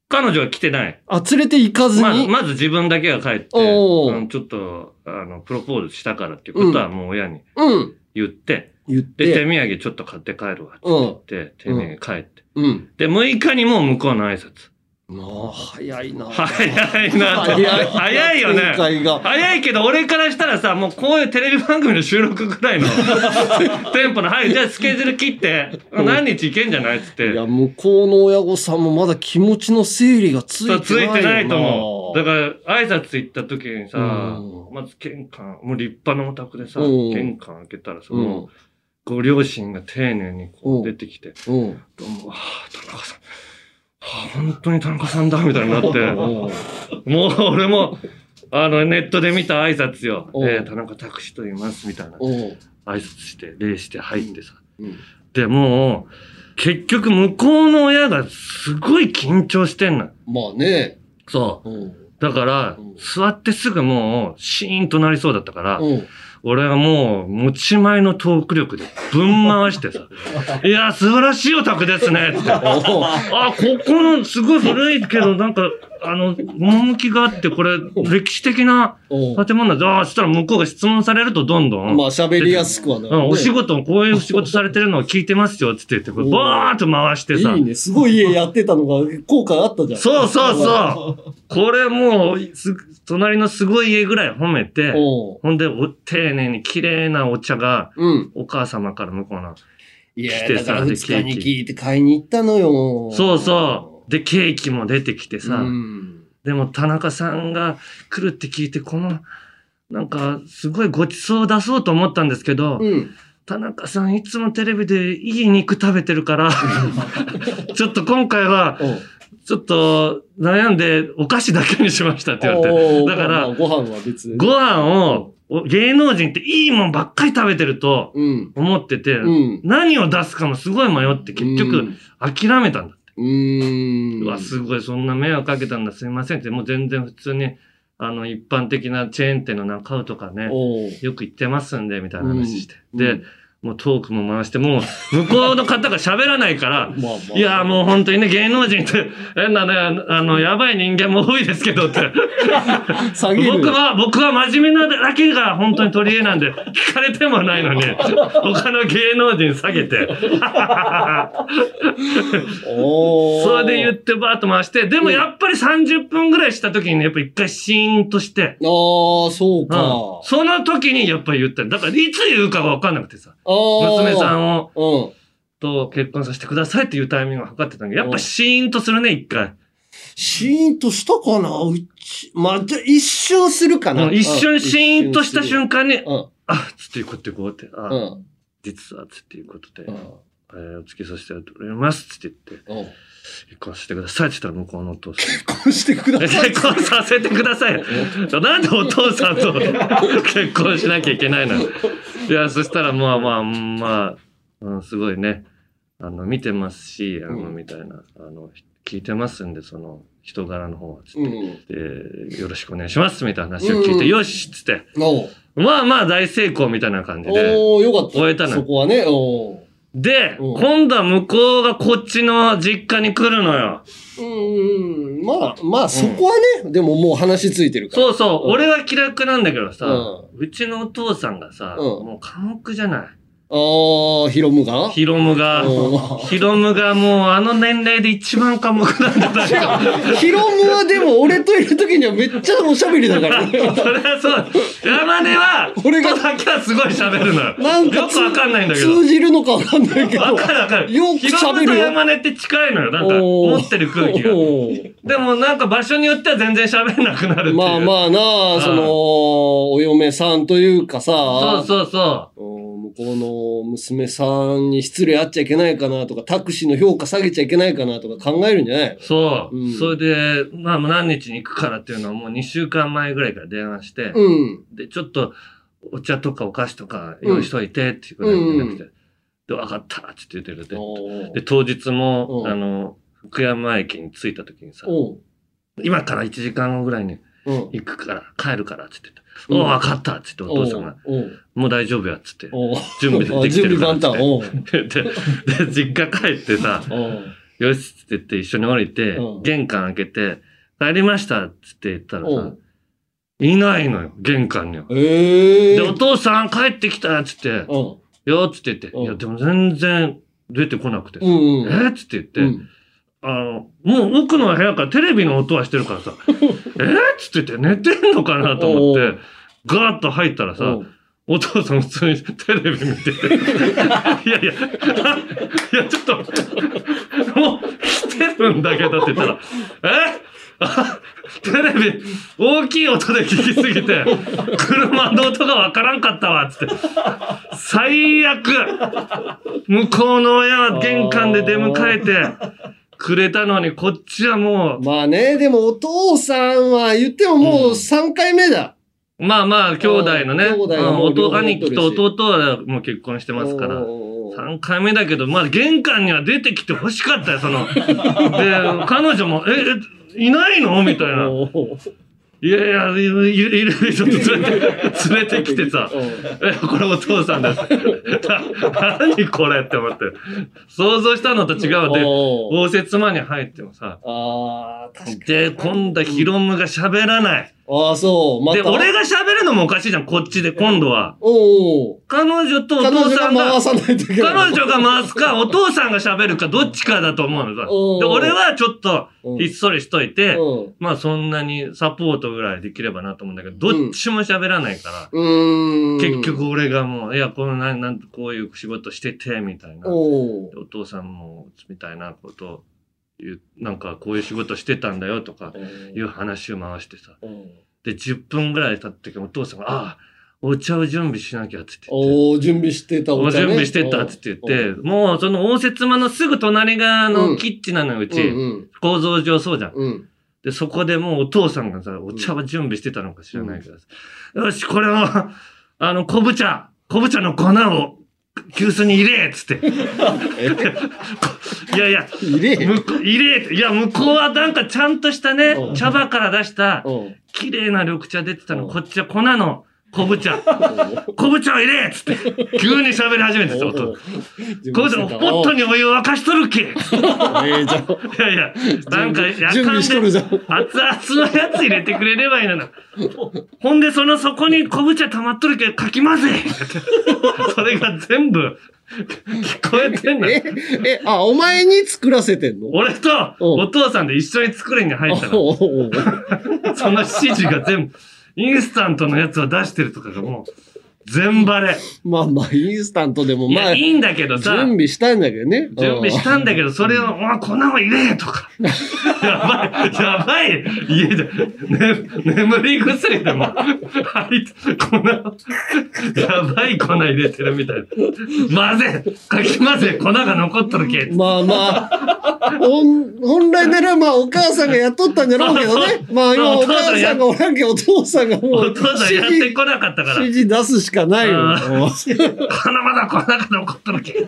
Speaker 1: 彼女は来てない。
Speaker 2: あ、連れて行かず
Speaker 1: まず、
Speaker 2: に。
Speaker 1: まず自分だけが帰って、
Speaker 2: おー
Speaker 1: うんちょっと、あの、プロポーズしたからっていうことはもう親に
Speaker 2: うん。
Speaker 1: 言って、
Speaker 2: 言っ
Speaker 1: で、手土
Speaker 2: て。
Speaker 1: 産ちょっと買って帰るわって
Speaker 2: う
Speaker 1: 言っ
Speaker 2: ん。
Speaker 1: て、手土産帰って。
Speaker 2: うん。
Speaker 1: で、6日にもう向こうの挨拶。
Speaker 2: まあ、早いな。
Speaker 1: 早いなと
Speaker 2: <laughs> 早い。
Speaker 1: 早いよね
Speaker 2: 展。開が。
Speaker 1: 早いけど、俺からしたらさ、もうこういうテレビ番組の収録ぐ
Speaker 2: <laughs>
Speaker 1: らいのテンポの、はい、じゃあスケジュール切って、
Speaker 2: うん
Speaker 1: 何日いけんじゃないっつっ
Speaker 2: い
Speaker 1: て。
Speaker 2: や、向こうの親御さんもまだ気持ちの整理がついて
Speaker 1: そ
Speaker 2: ないう
Speaker 1: ついてないと思う。だ
Speaker 2: か
Speaker 1: から、挨拶行った時にさ、
Speaker 2: うん
Speaker 1: まず玄関、もう立派なお宅でさ、
Speaker 2: うん
Speaker 1: 玄関開けたらさ、
Speaker 2: うん
Speaker 1: もう、ご両親が丁寧にこう出てきて、
Speaker 2: うん。
Speaker 1: どうも、あー田中さん。あー本当に田中さんだ、みたいになって。
Speaker 2: <laughs> おー
Speaker 1: もう俺も、あの、ネットで見た挨拶よ。
Speaker 2: うん
Speaker 1: えー、田中拓司と言います、みたいな。
Speaker 2: おー
Speaker 1: 挨拶して、礼して入ってさ。
Speaker 2: うん
Speaker 1: で、もう、結局向こうの親がすごい緊張してんの。
Speaker 2: まあね。
Speaker 1: そう。
Speaker 2: うん。
Speaker 1: だから
Speaker 2: うん、
Speaker 1: 座ってすぐもう、シーンとなりそうだったから、
Speaker 2: うん。
Speaker 1: 俺はもう、持ち前のトーク力でぶん回して
Speaker 2: <laughs>
Speaker 1: さ、いやー、素晴らしいお宅ですね、つって。
Speaker 2: おー
Speaker 1: あ、ここの、すごい古いけど、なんか、あの、趣があって、これ、歴史的な
Speaker 2: おー
Speaker 1: 建物だ。ああ、そしたら向こうが質問されると、どんどん、
Speaker 2: まあ、喋りやすくはなる
Speaker 1: う
Speaker 2: ね。
Speaker 1: ん、お仕事、こういう仕事されてるのを聞いてますよ、つって言って、これ、
Speaker 2: おー
Speaker 1: バーっと回してさ
Speaker 2: いい。ね。すごい家やってたのが効果あったじゃん。
Speaker 1: そうそうそう。これもう、す、隣のすごい家ぐらい褒めて、
Speaker 2: おう。
Speaker 1: ほんで、お丁寧に綺麗なお茶が、
Speaker 2: うん。
Speaker 1: お母様から向こうの。
Speaker 2: い
Speaker 1: 来
Speaker 2: や、
Speaker 1: て
Speaker 2: だ
Speaker 1: さ
Speaker 2: から
Speaker 1: で
Speaker 2: 二
Speaker 1: ケー
Speaker 2: 日
Speaker 1: キ
Speaker 2: に聞いて買いに行ったのよ。
Speaker 1: そうそう。で、ケーキも出てきてさ、
Speaker 2: うん。
Speaker 1: でも田中さんが来るって聞いて、この、なんか、すごいごちそうを出そうと思ったんですけど、
Speaker 2: うん。
Speaker 1: 田中さんいつもテレビでいい肉食べてる
Speaker 2: <laughs>
Speaker 1: から、ちょっと今回は、
Speaker 2: おう
Speaker 1: ちょっと悩んでお菓子だけにしましたって言われて。
Speaker 2: おう
Speaker 1: だから
Speaker 2: まあまあご飯は別でね
Speaker 1: ご飯を、お芸能人っていいもんばっかり食べてると
Speaker 2: うん。
Speaker 1: 思ってて、
Speaker 2: うん。
Speaker 1: 何を出すかもすごい迷って結局諦めたんだ。
Speaker 2: うん、うん。
Speaker 1: うわ、すごい、そんな迷惑かけたんだ、すいませんって、もう全然普通に、あの、一般的なチェーン店の中尾とかね、
Speaker 2: おう
Speaker 1: よく行ってますんで、みたいな話して。
Speaker 2: うんう
Speaker 1: で
Speaker 2: ん、
Speaker 1: もうトークも回して、もう、向こうの方が喋らないから、
Speaker 2: まあまあ。
Speaker 1: いやーもう本当にね、芸能人って、 <laughs> 変なね、あの、やばい人間も多いですけどって。
Speaker 2: 下げる。
Speaker 1: 僕は、僕は真面目なだけが本当に取り柄なんで、聞かれてもないの
Speaker 2: <laughs>
Speaker 1: に、他の芸能人下げて。 <laughs>
Speaker 2: おう
Speaker 1: それで言ってバーッと回して、でもやっぱり30分ぐらいした時にね、やっぱ一回シーンとして、
Speaker 2: ああ、そう
Speaker 1: うん
Speaker 2: か。
Speaker 1: その時にやっぱり言ったのだからいつ言うかが分かんなくてさ、
Speaker 2: ああ。
Speaker 1: 娘さ
Speaker 2: ん。
Speaker 1: んを
Speaker 2: うん。
Speaker 1: と結婚させてくださいっていうタイミングを測ってたんだけど、やっぱシーンとするね、一回。
Speaker 2: シーンとしたかなうち。まあ、じゃあ一瞬するか
Speaker 1: も
Speaker 2: な。
Speaker 1: う一瞬シーンとした瞬間に、
Speaker 2: 間。
Speaker 1: あ、つってこうってこうって、
Speaker 2: う
Speaker 1: あ、
Speaker 2: ん。
Speaker 1: 実はつっていうことで
Speaker 2: う、ん。
Speaker 1: えーお付きさせていただきますって言って、
Speaker 2: お
Speaker 1: 結婚してくださいって言ったら向こうのお父さん。
Speaker 2: 結婚してください。
Speaker 1: <laughs> 結婚させてください。なんでお父さんと結婚しなきゃいけないのいや、そしたらまあまあまあ、うん、すごいね、あの、見てますし、あの、
Speaker 2: うん
Speaker 1: みたいな、あの、聞いてますんで、その、人柄の方は、つって、
Speaker 2: うん。
Speaker 1: でよろしくお願いします、みたいな話を聞いて、
Speaker 2: うん
Speaker 1: よしっつって、
Speaker 2: おう
Speaker 1: まあまあ大成功みたいな感じで。
Speaker 2: おー、よかった。
Speaker 1: 終えたの
Speaker 2: そこはね、おう
Speaker 1: で、
Speaker 2: うん
Speaker 1: 今度は向こうがこっちの実家に来るのよ。
Speaker 2: うんうん。まあ、まあ、そこはね、でももう話ついてるから。
Speaker 1: そうそう、
Speaker 2: うん
Speaker 1: 俺は気楽なんだけどさ、
Speaker 2: う
Speaker 1: うちのお父さんがさ、
Speaker 2: うん
Speaker 1: もう寡黙じゃない。
Speaker 2: ああ、ヒロムが
Speaker 1: ヒロムが、
Speaker 2: うん
Speaker 1: ヒロムがもうあの年齢で一番寡黙なんじゃないか。
Speaker 2: ヒロムはでも俺といる時にはめっちゃおしゃべりだから、ね。
Speaker 1: それはそう。山根は、
Speaker 2: 俺が
Speaker 1: とだけはすごい喋るのよ。
Speaker 2: なんか
Speaker 1: よくわかんないんだけど
Speaker 2: 通。じるのかわかんないけど。
Speaker 1: わかるわかる。
Speaker 2: よく喋るよ
Speaker 1: ヒロムと山根って近いのよ。なんか、
Speaker 2: おー
Speaker 1: 持ってる空気が。
Speaker 2: おー
Speaker 1: でもなんか場所によっては全然喋んなくなるっていう。
Speaker 2: まあまあな
Speaker 1: うん
Speaker 2: あ、その、お嫁さんというかさ、
Speaker 1: そうそうそ。
Speaker 2: お向こうの娘さんに失礼あっちゃいけないかなとか、タクシーの評価下げちゃいけないかなとか考えるんじゃないう
Speaker 1: そう。
Speaker 2: うん
Speaker 1: それで、まあ何日に行くからっていうのはもう2週間前ぐらいから電話して、
Speaker 2: うん。
Speaker 1: で、ちょっとお茶とかお菓子とか用意しといてっていうから
Speaker 2: うん
Speaker 1: 連絡して、で、分かったって言ってくれて。
Speaker 2: お
Speaker 1: で、当日も、
Speaker 2: うん
Speaker 1: あの、福山駅に着いた時にさ、
Speaker 2: おう
Speaker 1: 今から1時間後ぐらいに
Speaker 2: うん。
Speaker 1: 行くから、帰るからって言ってた。
Speaker 2: うん
Speaker 1: おう、分かったって言ってお父さんが、
Speaker 2: おう
Speaker 1: もう大丈夫やっつって、
Speaker 2: おう
Speaker 1: 準備できてるからっ
Speaker 2: あ準備万
Speaker 1: つって
Speaker 2: 端。おう
Speaker 1: で、で実家帰ってさ、
Speaker 2: おう
Speaker 1: よしっつって言って一緒に降りて、
Speaker 2: うん
Speaker 1: 玄関開けて、帰りましたっつって言ったら
Speaker 2: お
Speaker 1: さ
Speaker 2: う、
Speaker 1: いないのよ、玄関には。
Speaker 2: ええ
Speaker 1: で、お父さん帰ってきたっつって、
Speaker 2: うん
Speaker 1: よっつって言って、
Speaker 2: うん
Speaker 1: いや、でも全然出てこなくて。
Speaker 2: うん
Speaker 1: え
Speaker 2: うん。
Speaker 1: ーっつって言って、
Speaker 2: うん
Speaker 1: あの、もう奥の部屋からテレビの音はしてるからさ、
Speaker 2: <laughs>
Speaker 1: えーっつって言って寝てんのかなと思
Speaker 2: お
Speaker 1: って
Speaker 2: う、
Speaker 1: ガーッと入ったらさ
Speaker 2: お、う
Speaker 1: お父さん普通にテレビ見てて。いやいや、 <laughs> いやちょっと、もう来てるんだけどって言ったら、えあテレビ大きい音で聞きすぎて、車の音がわからんかったわ、つって。最悪向こうの親は玄関で出迎えてくれたのに、こっちはも
Speaker 2: まあね、でもお父さんは言ってももう3回目だ。
Speaker 1: う、まあまあ、兄弟のね、
Speaker 2: うん兄弟は
Speaker 1: うん
Speaker 2: もう両
Speaker 1: 弟
Speaker 2: 方
Speaker 1: 兄貴と
Speaker 2: 持ってるし
Speaker 1: 弟はもう結婚してますから
Speaker 2: お。うおうおう
Speaker 1: 3回目だけど、まあ、玄関には出てきて欲しかったよ、そ
Speaker 2: <laughs>
Speaker 1: の。で、彼女も、え、えいないのみたいな。
Speaker 2: おうおう
Speaker 1: いやいや、いる、いる、いる人と連れて、連れてきてさ、
Speaker 2: おう
Speaker 1: え、これお父さんです。 <laughs> な、何これって思って。想像したのと違うで、
Speaker 2: おう
Speaker 1: 応接間に入ってもさ、
Speaker 2: あー確かに
Speaker 1: で、今度はヒロムが喋らない。
Speaker 2: ああ、そう。また
Speaker 1: で、俺が喋るのもおかしいじゃん、こっちで、今度は。
Speaker 2: おうおう
Speaker 1: 彼女とお
Speaker 2: 彼
Speaker 1: 父
Speaker 2: 女
Speaker 1: さ
Speaker 2: が
Speaker 1: んが
Speaker 2: 回、さないといけない。
Speaker 1: 彼女が回すか、お父さんが喋るか、どっちかだと思うのさ。
Speaker 2: おー
Speaker 1: で、俺はちょっと、
Speaker 2: うん
Speaker 1: ひっそりしといて、
Speaker 2: うん
Speaker 1: まあそんなにサポートぐらいできればなと思うんだけど、どっちも喋らないから、
Speaker 2: うーん。
Speaker 1: 結。局俺がもう、いや、このなん、なんこういう仕事してて、みたいな。
Speaker 2: おう
Speaker 1: でお父さんも、みたいなことを言う、なんかこういう仕事してたんだよとか、いう話を回してさ。で、10分ぐらい経ってお父さんが、ああ、お茶を準備しなきゃって言って。
Speaker 2: おう準備してた
Speaker 1: お
Speaker 2: お茶、ね、
Speaker 1: 準備してたっつって言って、もうその応接間のすぐ隣があ
Speaker 2: う
Speaker 1: の
Speaker 2: ん
Speaker 1: キッチンなのよう
Speaker 2: うん
Speaker 1: ち、
Speaker 2: うん
Speaker 1: 構造上そうじゃん。
Speaker 2: うん
Speaker 1: で、そこでもうお父さんがさ、お茶は準備してたのか知らないけどさ、よし、これを、 <laughs> あの、昆布茶、昆布茶の粉を、急須に入れっつ
Speaker 2: <laughs>
Speaker 1: って。いやいや、
Speaker 2: 入れ
Speaker 1: 向こう入れっていや、向こうはなんかちゃんとした
Speaker 2: う
Speaker 1: ね、
Speaker 2: ん
Speaker 1: 茶葉から出した、
Speaker 2: うん
Speaker 1: 綺麗な緑茶出てたの、
Speaker 2: うん
Speaker 1: こっちは粉の昆布茶。昆布茶を入れっつって、急に喋り始めてさ、お父さんこうじゃ、ポット
Speaker 2: <laughs>
Speaker 1: にお湯を沸かしとるっけ。い
Speaker 2: ええじゃん
Speaker 1: やいや、なんか、や
Speaker 2: 準
Speaker 1: かん
Speaker 2: 備しとる
Speaker 1: で、
Speaker 2: じゃん。
Speaker 1: 熱々のやつ入れてくれればいいのな。ほんで、その底に昆布茶溜まっとるけど、かき混ぜ。 <laughs> それが全部、聞こえてんの。
Speaker 2: え、え、あ、お前に作らせてんの
Speaker 1: 俺と、
Speaker 2: うん
Speaker 1: お父さんで一緒に作れに入ったの。
Speaker 2: おうおうおう
Speaker 1: その指示が全部、インスタントのやつを出してるとかがもう、全バレ。
Speaker 2: <laughs> まあまあ、インスタントでも、
Speaker 1: い
Speaker 2: ま
Speaker 1: や、
Speaker 2: あ、
Speaker 1: い
Speaker 2: 準
Speaker 1: いんだけどさ、準
Speaker 2: 備したんだけどね。
Speaker 1: 備したんだけど、それを、お前粉を入れと
Speaker 2: <laughs>
Speaker 1: か。やばい、やばい。家で、ね、眠り薬でも、入って、粉を、やばい粉入れてるみたいな。混ぜ、かき混ぜ、粉が残っとるけ
Speaker 2: う。ん。まあまあ、本本来ならまあお母さんが雇ったんじゃろうけど
Speaker 1: そうそ
Speaker 2: ね。
Speaker 1: う
Speaker 2: まあ今
Speaker 1: そう
Speaker 2: お
Speaker 1: <laughs> お父さん
Speaker 2: 母さんがおらんけどお父さんがもう
Speaker 1: お父さんやってこなかったから。
Speaker 2: 指示出すしかないよ。
Speaker 1: あ
Speaker 2: もう
Speaker 1: このまだこんなこと怒っとるけ。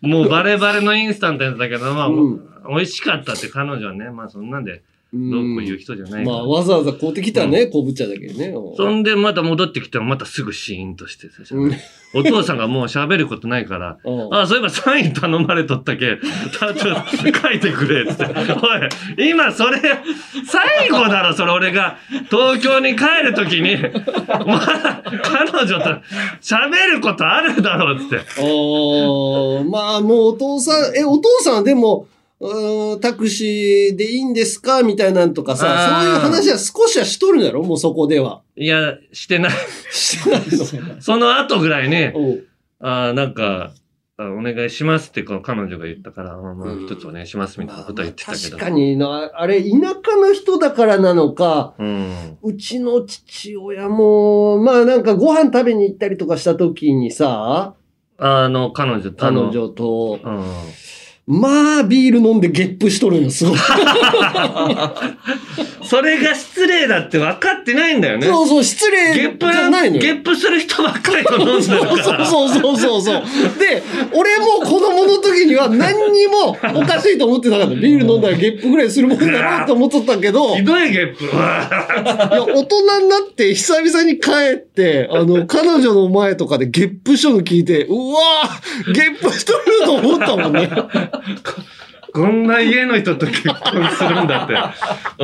Speaker 1: もうバレバレのインスタントやったけど、まあ、
Speaker 2: うん
Speaker 1: 美味しかったって彼女はね、まあそんなんで、
Speaker 2: うん
Speaker 1: どうこう言う人じゃないか
Speaker 2: ま
Speaker 1: ら。
Speaker 2: あわざわざ買うてきたね、昆布茶だけどね。
Speaker 1: そんでまた戻ってきてもまたすぐシーンとしてさ
Speaker 2: うん
Speaker 1: お父さんがもう喋ることない
Speaker 2: <laughs>
Speaker 1: から、
Speaker 2: うん
Speaker 1: あそういえばサイン頼まれとったけ、たちょっと書いてくれ、つって。おい、今それ、最後だろ、それ俺が、東京に帰るときに、 <laughs> まだ彼女と喋ることあるだろ、つって。
Speaker 2: おーまあもうお父さん、え、お父さんでも、うーんタクシーでいいんですかみたいなんとかさ、
Speaker 1: あー
Speaker 2: そういう話は少しはしとるんだろもうそこで
Speaker 1: <laughs>
Speaker 2: は。
Speaker 1: いや、してない。
Speaker 2: してないの。
Speaker 1: その後ぐらいに、
Speaker 2: おう
Speaker 1: あーなんか、あお願いしますってこう彼女が言ったから、あまあ
Speaker 2: うん
Speaker 1: 一つお願いしますみたいなことは言ってたけど。
Speaker 2: 確かにな、あれ、田舎の人だからなのか、
Speaker 1: うん。
Speaker 2: うちの父親も、まあなんかご飯食べに行ったりとかした時にさ、
Speaker 1: あの、彼女と。あ
Speaker 2: 彼
Speaker 1: の
Speaker 2: 女と、
Speaker 1: うん。
Speaker 2: まあビール飲んでゲップしとるの、すごい。
Speaker 1: それが失礼だって分かってないんだよね。
Speaker 2: そうそう、失礼
Speaker 1: ゲッ
Speaker 2: じ
Speaker 1: プ
Speaker 2: ゃないのよ。
Speaker 1: ゲップする人ばっかりと
Speaker 2: そ
Speaker 1: 飲
Speaker 2: う
Speaker 1: で
Speaker 2: ん
Speaker 1: る
Speaker 2: そう
Speaker 1: から。
Speaker 2: そうそうそうそう。で、俺も子供の時には何にもおかしいと思ってなかった。ビール飲んだらゲップぐらいするもんだなと思っとったけど、い
Speaker 1: ひ
Speaker 2: や、
Speaker 1: どいゲップ。う <laughs> わ
Speaker 2: 大人になって久々に帰って、あの、彼女の前とかでゲップしとるの聞いて、うわぁゲップしとると思ったもんね。
Speaker 1: こんな家の人と結婚するんだって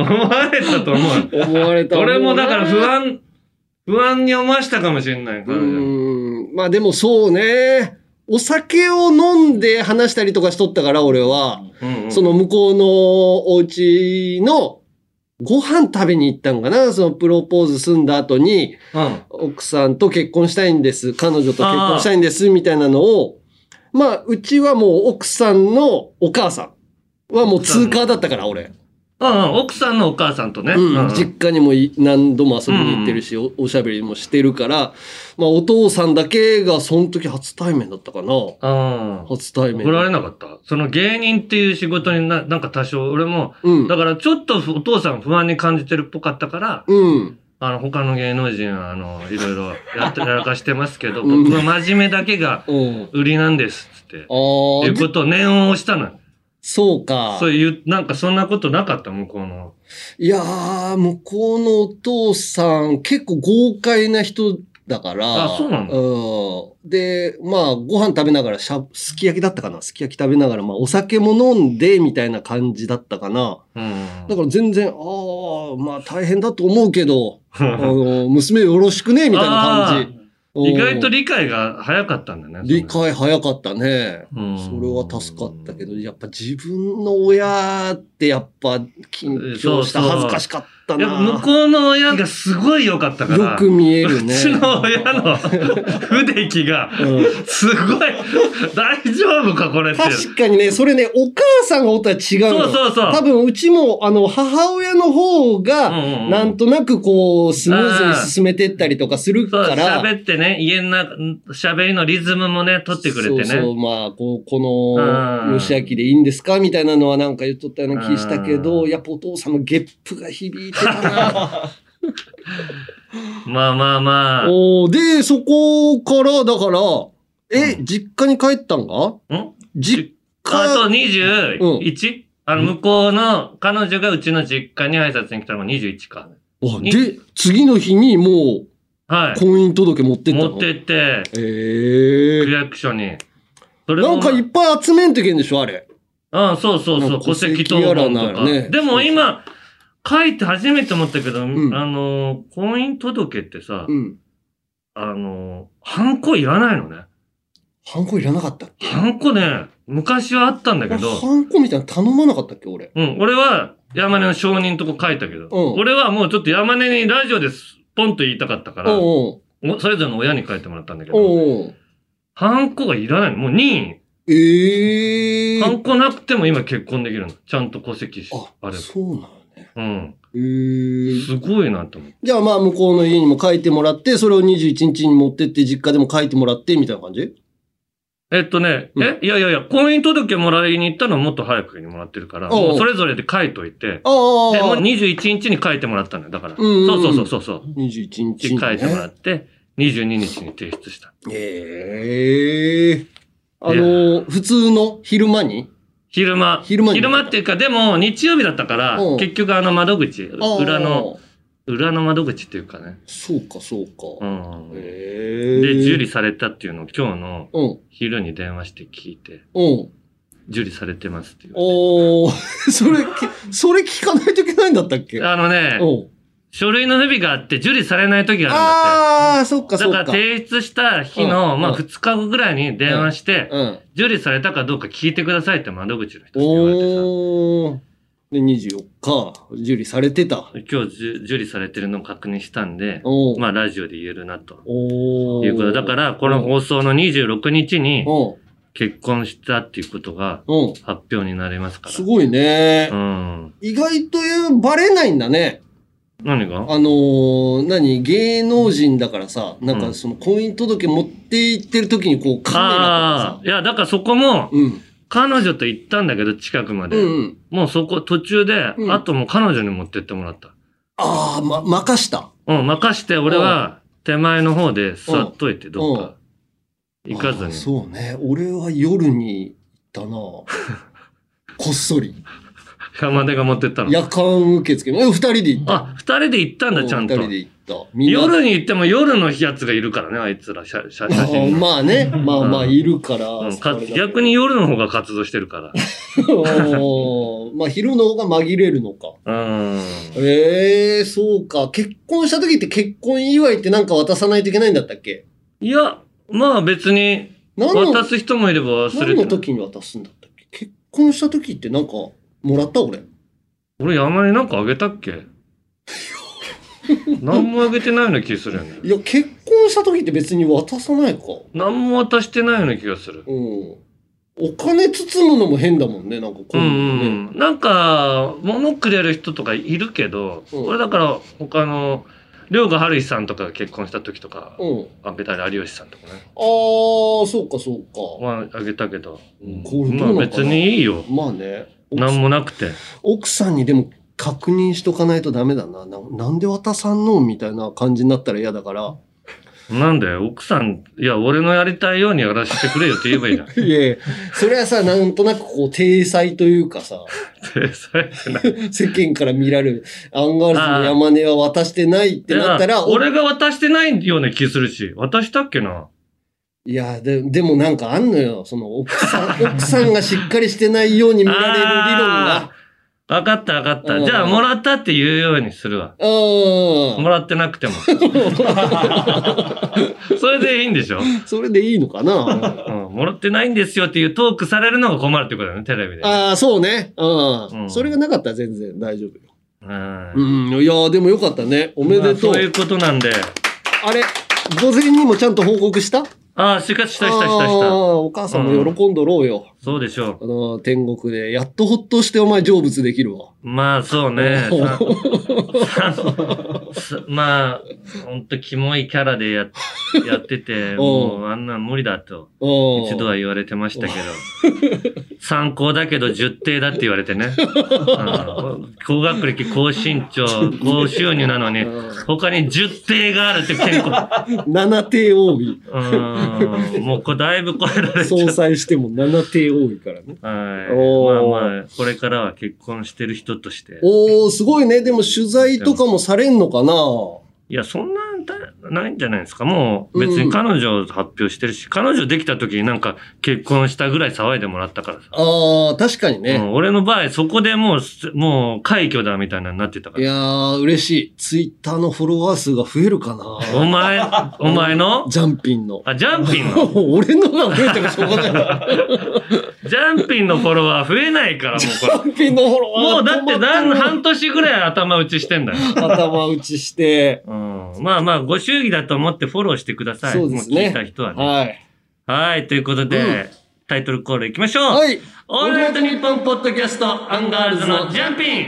Speaker 1: 思われたと思う。
Speaker 2: 思われたんね
Speaker 1: 俺もだから不安、不安に思わしたかもしれない。
Speaker 2: う
Speaker 1: 彼女に
Speaker 2: ーん。まあでもそうね。お酒を飲んで話したりとかしとったから、俺は。
Speaker 1: うんうん
Speaker 2: その向こうのお家のご飯食べに行ったのかなそのプロポーズ済んだ後に、
Speaker 1: うん。
Speaker 2: 奥さんと結婚したいんです。彼女と結婚したいんです。みたいなのを、まあ、うちはもう奥さんのお母さんはもう通過だったから、俺。
Speaker 1: うんうん、奥さんのお母さんとね。
Speaker 2: うん
Speaker 1: うん
Speaker 2: 実家にもい何度も遊びに行ってるし、おおしゃべりもしてるから、まあ、お父さんだけがその時初対面だったかな。
Speaker 1: ああ。
Speaker 2: 初対面。
Speaker 1: 怒られなかったその芸人っていう仕事にな、なんか多少、俺も、
Speaker 2: うん
Speaker 1: だ。からちょっとお父さん不安に感じてるっぽかったから、
Speaker 2: うん。
Speaker 1: あの、他の芸能人は、あの、いろいろや
Speaker 2: <laughs>
Speaker 1: って、やらかしてますけど、
Speaker 2: うん
Speaker 1: 僕は真面目だけが
Speaker 2: うん。
Speaker 1: 売りなんです、つって。
Speaker 2: ああ
Speaker 1: いう、ことを念を押したのよ。
Speaker 2: そうか。
Speaker 1: そういう、なんかそんなことなかった、向こうの。
Speaker 2: いやー、向こうのお父さん、結構豪快な人だから。
Speaker 1: あそうなんだ
Speaker 2: うんで、まあ、ご飯食べながらしゃ、すき焼きだったかなすき焼き食べながら、まあ、お酒も飲んで、みたいな感じだったかな。
Speaker 1: うん。
Speaker 2: だから全然、ああ、まあ、大変だと思うけど、
Speaker 1: <laughs>
Speaker 2: あの、娘よろしくね、みたいな感じ。うん
Speaker 1: 意外と理解が早かったんだね。
Speaker 2: 理解早かったね。
Speaker 1: うん
Speaker 2: それは助かったけど、やっぱ自分の親ってやっぱ緊張した
Speaker 1: そうそう
Speaker 2: 恥ずかしかったな。
Speaker 1: やっぱ向こうの親がすごい良かったから。
Speaker 2: よく見
Speaker 1: <laughs>
Speaker 2: えるね。
Speaker 1: うちの親の <laughs> 不出来が、
Speaker 2: うん
Speaker 1: すごい、大丈夫かこれって。
Speaker 2: 確かにね、それね、お母さんがおったら違うの。
Speaker 1: そうそうそう
Speaker 2: 多分、うちも、あの、母親の方が、
Speaker 1: うんうんうん
Speaker 2: なんとなくこう、スムーズに進めてったりとかする
Speaker 1: そう、
Speaker 2: から。
Speaker 1: 喋ってね、家の中、喋りのリズムもね、取ってくれてね。
Speaker 2: そうそう、まあ、こう、こ
Speaker 1: う
Speaker 2: の、
Speaker 1: ん
Speaker 2: 蒸し焼きでいいんですかみたいなのはなんか言っとったような気したけど、
Speaker 1: うん
Speaker 2: やっぱお父さんのゲップが響いてた
Speaker 1: <laughs>
Speaker 2: な。
Speaker 1: まあまあまあ。
Speaker 2: おーで、そこから、だから、え、
Speaker 1: う
Speaker 2: 実家に帰ったんか
Speaker 1: ん
Speaker 2: 実
Speaker 1: あ
Speaker 2: 家、
Speaker 1: と 21?、あの、向こうの、彼女がうちの実家に挨拶に来たのが21か。
Speaker 2: あで、次の日にもう、
Speaker 1: は
Speaker 2: 婚姻届持って
Speaker 1: い。
Speaker 2: ったの
Speaker 1: 持ってって、
Speaker 2: ええ
Speaker 1: 区役所に。それ
Speaker 2: な
Speaker 1: も
Speaker 2: んかいっぱい集めんといけんでしょあれ。
Speaker 1: うん、そうそう
Speaker 2: な
Speaker 1: そ
Speaker 2: ん
Speaker 1: う、
Speaker 2: か
Speaker 1: 戸籍謄本
Speaker 2: 戸籍やら
Speaker 1: と
Speaker 2: な
Speaker 1: か。
Speaker 2: いよね
Speaker 1: でも今、書いて初めて思ったけど、
Speaker 2: ん
Speaker 1: あのー、婚姻届ってさ、
Speaker 2: うん。
Speaker 1: あのー、ハンコいらないのね。
Speaker 2: ハンコいらなかったっけ
Speaker 1: ハンコね、昔はあったんだけ
Speaker 2: 俺
Speaker 1: ど、
Speaker 2: ハンコみたいなの頼まなかったっけ俺。
Speaker 1: うん、俺は山根の証人とこ書いたけど、
Speaker 2: うん
Speaker 1: 俺はもうちょっと山根にラジオです、ポンと言いたかったから、
Speaker 2: おう
Speaker 1: おそれぞれの親に書いてもらったんだけ
Speaker 2: おう
Speaker 1: ど、
Speaker 2: おう
Speaker 1: ハンコがいらないの。もう任
Speaker 2: ええ
Speaker 1: 意。ハンコなくても今結婚できるの。ちゃんと戸籍し
Speaker 2: あ、
Speaker 1: あれば。
Speaker 2: そうなのね。
Speaker 1: うん。
Speaker 2: えー、
Speaker 1: すごいなと思って。
Speaker 2: じゃあまあ向こうの家にも書いてもらって、それを21日に持ってって実家でも書いてもらってみたいな感じ
Speaker 1: えっとね、
Speaker 2: うん
Speaker 1: えいやいやいや、婚姻届もらいに行ったのはもっと早くにもらってるから、
Speaker 2: おうおう
Speaker 1: もうそれぞれで書いといて、
Speaker 2: ああ。
Speaker 1: で、もう21日に書いてもらったのよ。だから。
Speaker 2: うんうんうん
Speaker 1: そうそうそうそう。
Speaker 2: 21日
Speaker 1: で
Speaker 2: に、ね。
Speaker 1: 書いてもらって、22日に提出した。
Speaker 2: ええあ
Speaker 1: いや
Speaker 2: の、普通の昼間に
Speaker 1: 昼間。
Speaker 2: 昼間に
Speaker 1: っていうか、でも、日曜日だったから
Speaker 2: うん、
Speaker 1: 結局あの窓口、
Speaker 2: あー
Speaker 1: 裏の、裏の窓口っていうかね。
Speaker 2: そうか、そうか。
Speaker 1: うん。で、
Speaker 2: ええ
Speaker 1: 受理されたっていうのを今日の
Speaker 2: うん、
Speaker 1: 昼に電話して聞いて、
Speaker 2: うん。
Speaker 1: 受理されてますっていう。
Speaker 2: おー、 <laughs> それ、きそれ聞かないといけないんだったっけ
Speaker 1: あのね、
Speaker 2: うん。
Speaker 1: 書類の不備があって受理されない時があるんだって。
Speaker 2: ああ、そっ
Speaker 1: だ
Speaker 2: か、そっ
Speaker 1: か
Speaker 2: か。
Speaker 1: ら提出した日の、
Speaker 2: うん
Speaker 1: ま
Speaker 2: う
Speaker 1: あ
Speaker 2: ん
Speaker 1: 2日後ぐらいに電話して、
Speaker 2: うん。
Speaker 1: 受理されたかどうか聞いてくださいって窓口の人に言われて
Speaker 2: おー。で、24日、受理されてた。
Speaker 1: さ、今日じゅ受理されてるのを確認したんで、
Speaker 2: おー。
Speaker 1: まあラジオで言えるなと。
Speaker 2: おー。
Speaker 1: いうことだか、ら、この放送の26日に
Speaker 2: うん、
Speaker 1: 結婚したっていうことが
Speaker 2: うん。
Speaker 1: 発表になりますか
Speaker 2: すごいね
Speaker 1: ら。う。ん。
Speaker 2: 意外と言う、バレないんだね。
Speaker 1: 何が
Speaker 2: あのー、何、芸能人だからさ、なん
Speaker 1: う
Speaker 2: か
Speaker 1: ん
Speaker 2: その婚姻届持って行ってる時にこうカメラ
Speaker 1: ああ
Speaker 2: とか
Speaker 1: ー、いや、だからそこも
Speaker 2: さ。、うん。
Speaker 1: 彼女と行ったんだけど、近くまで
Speaker 2: う。んうん。
Speaker 1: もうそこ途中で
Speaker 2: う、ん
Speaker 1: あともう彼女に持ってってもらった。
Speaker 2: ああ、ま、任した。
Speaker 1: うん、任して俺は手前の方で座っといて、どっか。行かず
Speaker 2: あー
Speaker 1: に。
Speaker 2: そうね。俺は夜に
Speaker 1: <laughs>
Speaker 2: 行ったなこっそり。
Speaker 1: 山手が持ってったの。
Speaker 2: 夜間受付。え、二人で行った。
Speaker 1: あ、二人で行ったんだ、ちゃんと
Speaker 2: 二。人で行った。みんな
Speaker 1: 夜に行っても夜のやつがいるからね、あいつら、写写写真が。
Speaker 2: まあね、まあまあ、
Speaker 1: うん
Speaker 2: いるから。
Speaker 1: うん
Speaker 2: それ
Speaker 1: か
Speaker 2: だけど
Speaker 1: 逆に。夜の方が活動してるか
Speaker 2: おーまあ、昼の方が紛れるのか。
Speaker 1: ら。うん。
Speaker 2: ええそうか。結婚した時って結婚祝いってなんか渡さないといけないんだったっけ
Speaker 1: いや、まあ別に、
Speaker 2: 何の
Speaker 1: 渡す人もいれば忘れ
Speaker 2: 何の
Speaker 1: てる。
Speaker 2: 時に渡すんだったっけ結婚した時ってなんか、もらった俺。
Speaker 1: 俺山になんかあげたっ
Speaker 2: <laughs>
Speaker 1: け何もあげてないような気するよね。
Speaker 2: いや、結婚した時って別に渡さないか。
Speaker 1: 何も渡してないような気がする。
Speaker 2: うん。お金包むのも変だもんね、なんかこ
Speaker 1: うんう
Speaker 2: ね。
Speaker 1: んうん、なんか物くれる人とかいるけど、
Speaker 2: うん
Speaker 1: 俺だから他の遼河春日さんとかが結婚した時とか
Speaker 2: うん。
Speaker 1: あげたり有吉さんとかね、
Speaker 2: ああ、そうか、そうか。
Speaker 1: まあ、あげたけど、うん
Speaker 2: これどう
Speaker 1: ま
Speaker 2: なの
Speaker 1: あ
Speaker 2: かな
Speaker 1: 別にいいよ
Speaker 2: まあね。
Speaker 1: 何もなくて
Speaker 2: 奥さんにでも確認しとかないとダメだな。ななんで渡さんのみたいな感じになったら嫌だから。 <laughs>
Speaker 1: なんで奥さんいや俺のやりたいようにやらせてくれよって言えば
Speaker 2: <laughs>
Speaker 1: いいじゃん
Speaker 2: いやいやそれはさ、なんとなくこう、体裁というかさ、 <laughs>
Speaker 1: 天才ってな
Speaker 2: 世間から見られる、アンガールズの山根は渡してないってなった
Speaker 1: い
Speaker 2: ら、
Speaker 1: や俺が渡してないような気するし渡したっけない
Speaker 2: やで、でもなんかあんのよ。その、奥さん、奥 <laughs> さんがしっかりしてないように見られる理論が。
Speaker 1: あー分かった分かっ
Speaker 2: う
Speaker 1: た
Speaker 2: ん
Speaker 1: じゃあもらったって言うようにするわ
Speaker 2: うー
Speaker 1: もらってなくて
Speaker 2: <laughs>
Speaker 1: もそれでいいんでしょ
Speaker 2: ん。それでいいの
Speaker 1: <laughs>
Speaker 2: かな
Speaker 1: うん、もらってないんですよっていうトークされるのが困るってことだよね、テレビで。
Speaker 2: ああ、そうね。う。
Speaker 1: うんん
Speaker 2: それがなかったら全然大丈夫よ。
Speaker 1: うん
Speaker 2: うん。いやーでもよかったね。おめでと
Speaker 1: ま
Speaker 2: う。
Speaker 1: あそういうことなんで。
Speaker 2: あれ、午前にもちゃんと報告した
Speaker 1: ああ、しかし、し
Speaker 2: あ
Speaker 1: たしたしたし
Speaker 2: あー
Speaker 1: た。
Speaker 2: お母さんも喜んどろうよ。
Speaker 1: そうでしょ
Speaker 2: あの、天国で、やっとほっとしてお前成仏できるわ。
Speaker 1: う。まあ、そうね。
Speaker 2: お
Speaker 1: ささまあ、ほんと、キモいキャラでややってて、
Speaker 2: おう
Speaker 1: もう、あんなん無理だと、
Speaker 2: うん
Speaker 1: 一度は言われてましたけど。参考だけど、十定だって言われてね。うん高学歴、高身長、高収入なのに、他に十定があるって結構。
Speaker 2: 七帝王位、
Speaker 1: うーんもうこれだいぶ超えら <laughs> れちゃ
Speaker 2: 総
Speaker 1: う。
Speaker 2: 裁しても七帝王位からね。
Speaker 1: はい。
Speaker 2: おー
Speaker 1: まあまあ、これからは結婚してる人として。
Speaker 2: おー、すごいね。でも取材とかもされんのかない
Speaker 1: や、そんなんだないんじゃないですか。もう別に彼女発表してるし、彼女できた時になんか結婚したぐらい騒いでもらったからさ。
Speaker 2: あー、確かに
Speaker 1: う
Speaker 2: ね。
Speaker 1: ん俺の場合、そこでもうす、もう、快挙だみたいなのになってたか
Speaker 2: い
Speaker 1: ら。
Speaker 2: やー、嬉しい。ツイッターのフォロワー数が増えるか
Speaker 1: お <laughs>
Speaker 2: な <laughs>
Speaker 1: 前、お前の
Speaker 2: ジャンピンの。
Speaker 1: あ、ジャンピンの
Speaker 2: <laughs> 俺のが増えてもしょうがない。
Speaker 1: <laughs> ジャンピンのフォロワー増えないから、もう
Speaker 2: ジ
Speaker 1: こ
Speaker 2: ャンピンのフォロ
Speaker 1: れ。も
Speaker 2: ワー
Speaker 1: うだって
Speaker 2: 止ま
Speaker 1: 何、
Speaker 2: る
Speaker 1: 半年ぐらい頭打ちしてんだよ。
Speaker 2: 頭打ちして。
Speaker 1: うん。うんまあまあ、ご祝儀だと思ってフォローしてください。
Speaker 2: そうですね
Speaker 1: も聞いた人はね。
Speaker 2: はい。
Speaker 1: はい、ということで、
Speaker 2: うん
Speaker 1: タイトルコールいきましょう。
Speaker 2: はい。
Speaker 1: オールナイトニッポンポッドキャスト、アンガールズのジャンピン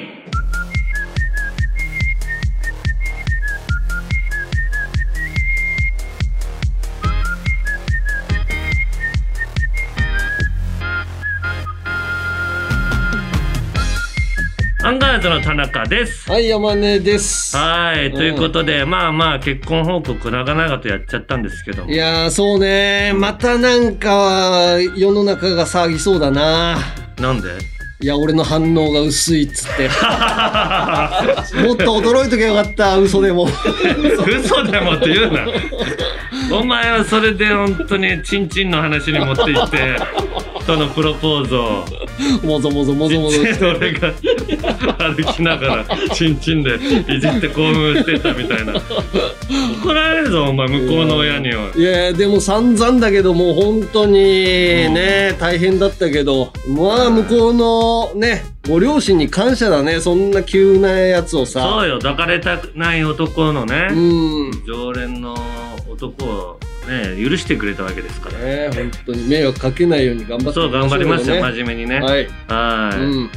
Speaker 1: アンガールズの田中です。
Speaker 2: はい、山根です。
Speaker 1: はい、
Speaker 2: うん
Speaker 1: ということで、まあまあ結婚報告長々とやっちゃったんですけども
Speaker 2: いやー、そうね。またなんか、世の中が騒ぎそうだな。
Speaker 1: なんで
Speaker 2: いや、俺の反応が薄いっつ
Speaker 1: <laughs>
Speaker 2: って。もっと驚いときゃよかった、嘘でも。
Speaker 1: 嘘でもって言うなお前はそれで本当にチンチンの話に持っていってそのプロポーズを
Speaker 2: もぞもぞもぞもぞ。
Speaker 1: 俺が歩きながらチンチンでいじって興奮してたみたいな怒られるぞお前向こうの親にはい
Speaker 2: やでも散々だけどもう本当にね、大変だったけどまあ向こうのねご両親に感謝だねそんな急なやつをさ
Speaker 1: そうよ抱かれたくない男のね、
Speaker 2: うんね
Speaker 1: 常連の男をね許してくれたわけですから
Speaker 2: 本当に迷惑かけないように頑張って
Speaker 1: そう頑張りましたよ、
Speaker 2: ジ
Speaker 1: 真面目にね
Speaker 2: はい、
Speaker 1: はい、
Speaker 2: うん、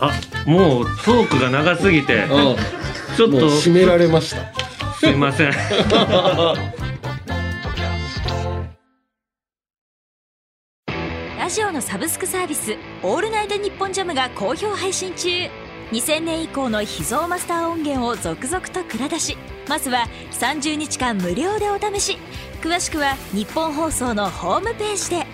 Speaker 1: あもうトークが長すぎて
Speaker 2: あ
Speaker 1: ちょっ
Speaker 2: もう
Speaker 1: と
Speaker 2: 締められました
Speaker 1: すいません。
Speaker 3: ラジオのサブスクサービス「オールナイトニッポンジャム」が好評配信中2000年以降の秘蔵マスター音源を続々と蔵出しまずは30日間無料でお試し詳しくは日本放送のホームページで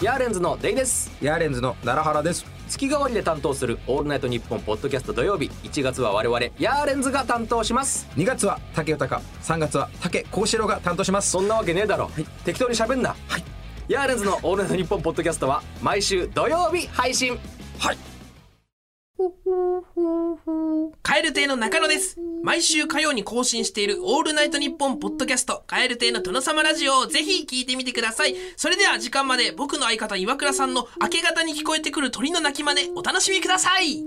Speaker 4: ヤーレンズのデイです
Speaker 5: ヤーレンズの奈良原です。
Speaker 4: 月替わりで担当する「オールナイトニッポン」ポッドキャスト土曜日1月は我々ヤーレンズが担当します
Speaker 5: 2月は竹豊、3月は竹幸四郎が担当します。
Speaker 4: そんなわけねえだろ、適当に喋んな、はい、ヤーレンズの「オールナイトニッポン」ポッドキャストは毎週土曜日配信
Speaker 6: 蛙亭の中野です。毎週火曜に更新しているオールナイトニッポンポッドキャスト、蛙亭の殿様ラジオをぜひ聞いてみてください。それでは時間まで僕の相方岩倉さんの明け方に聞こえてくる鳥の鳴き真似、お楽しみください。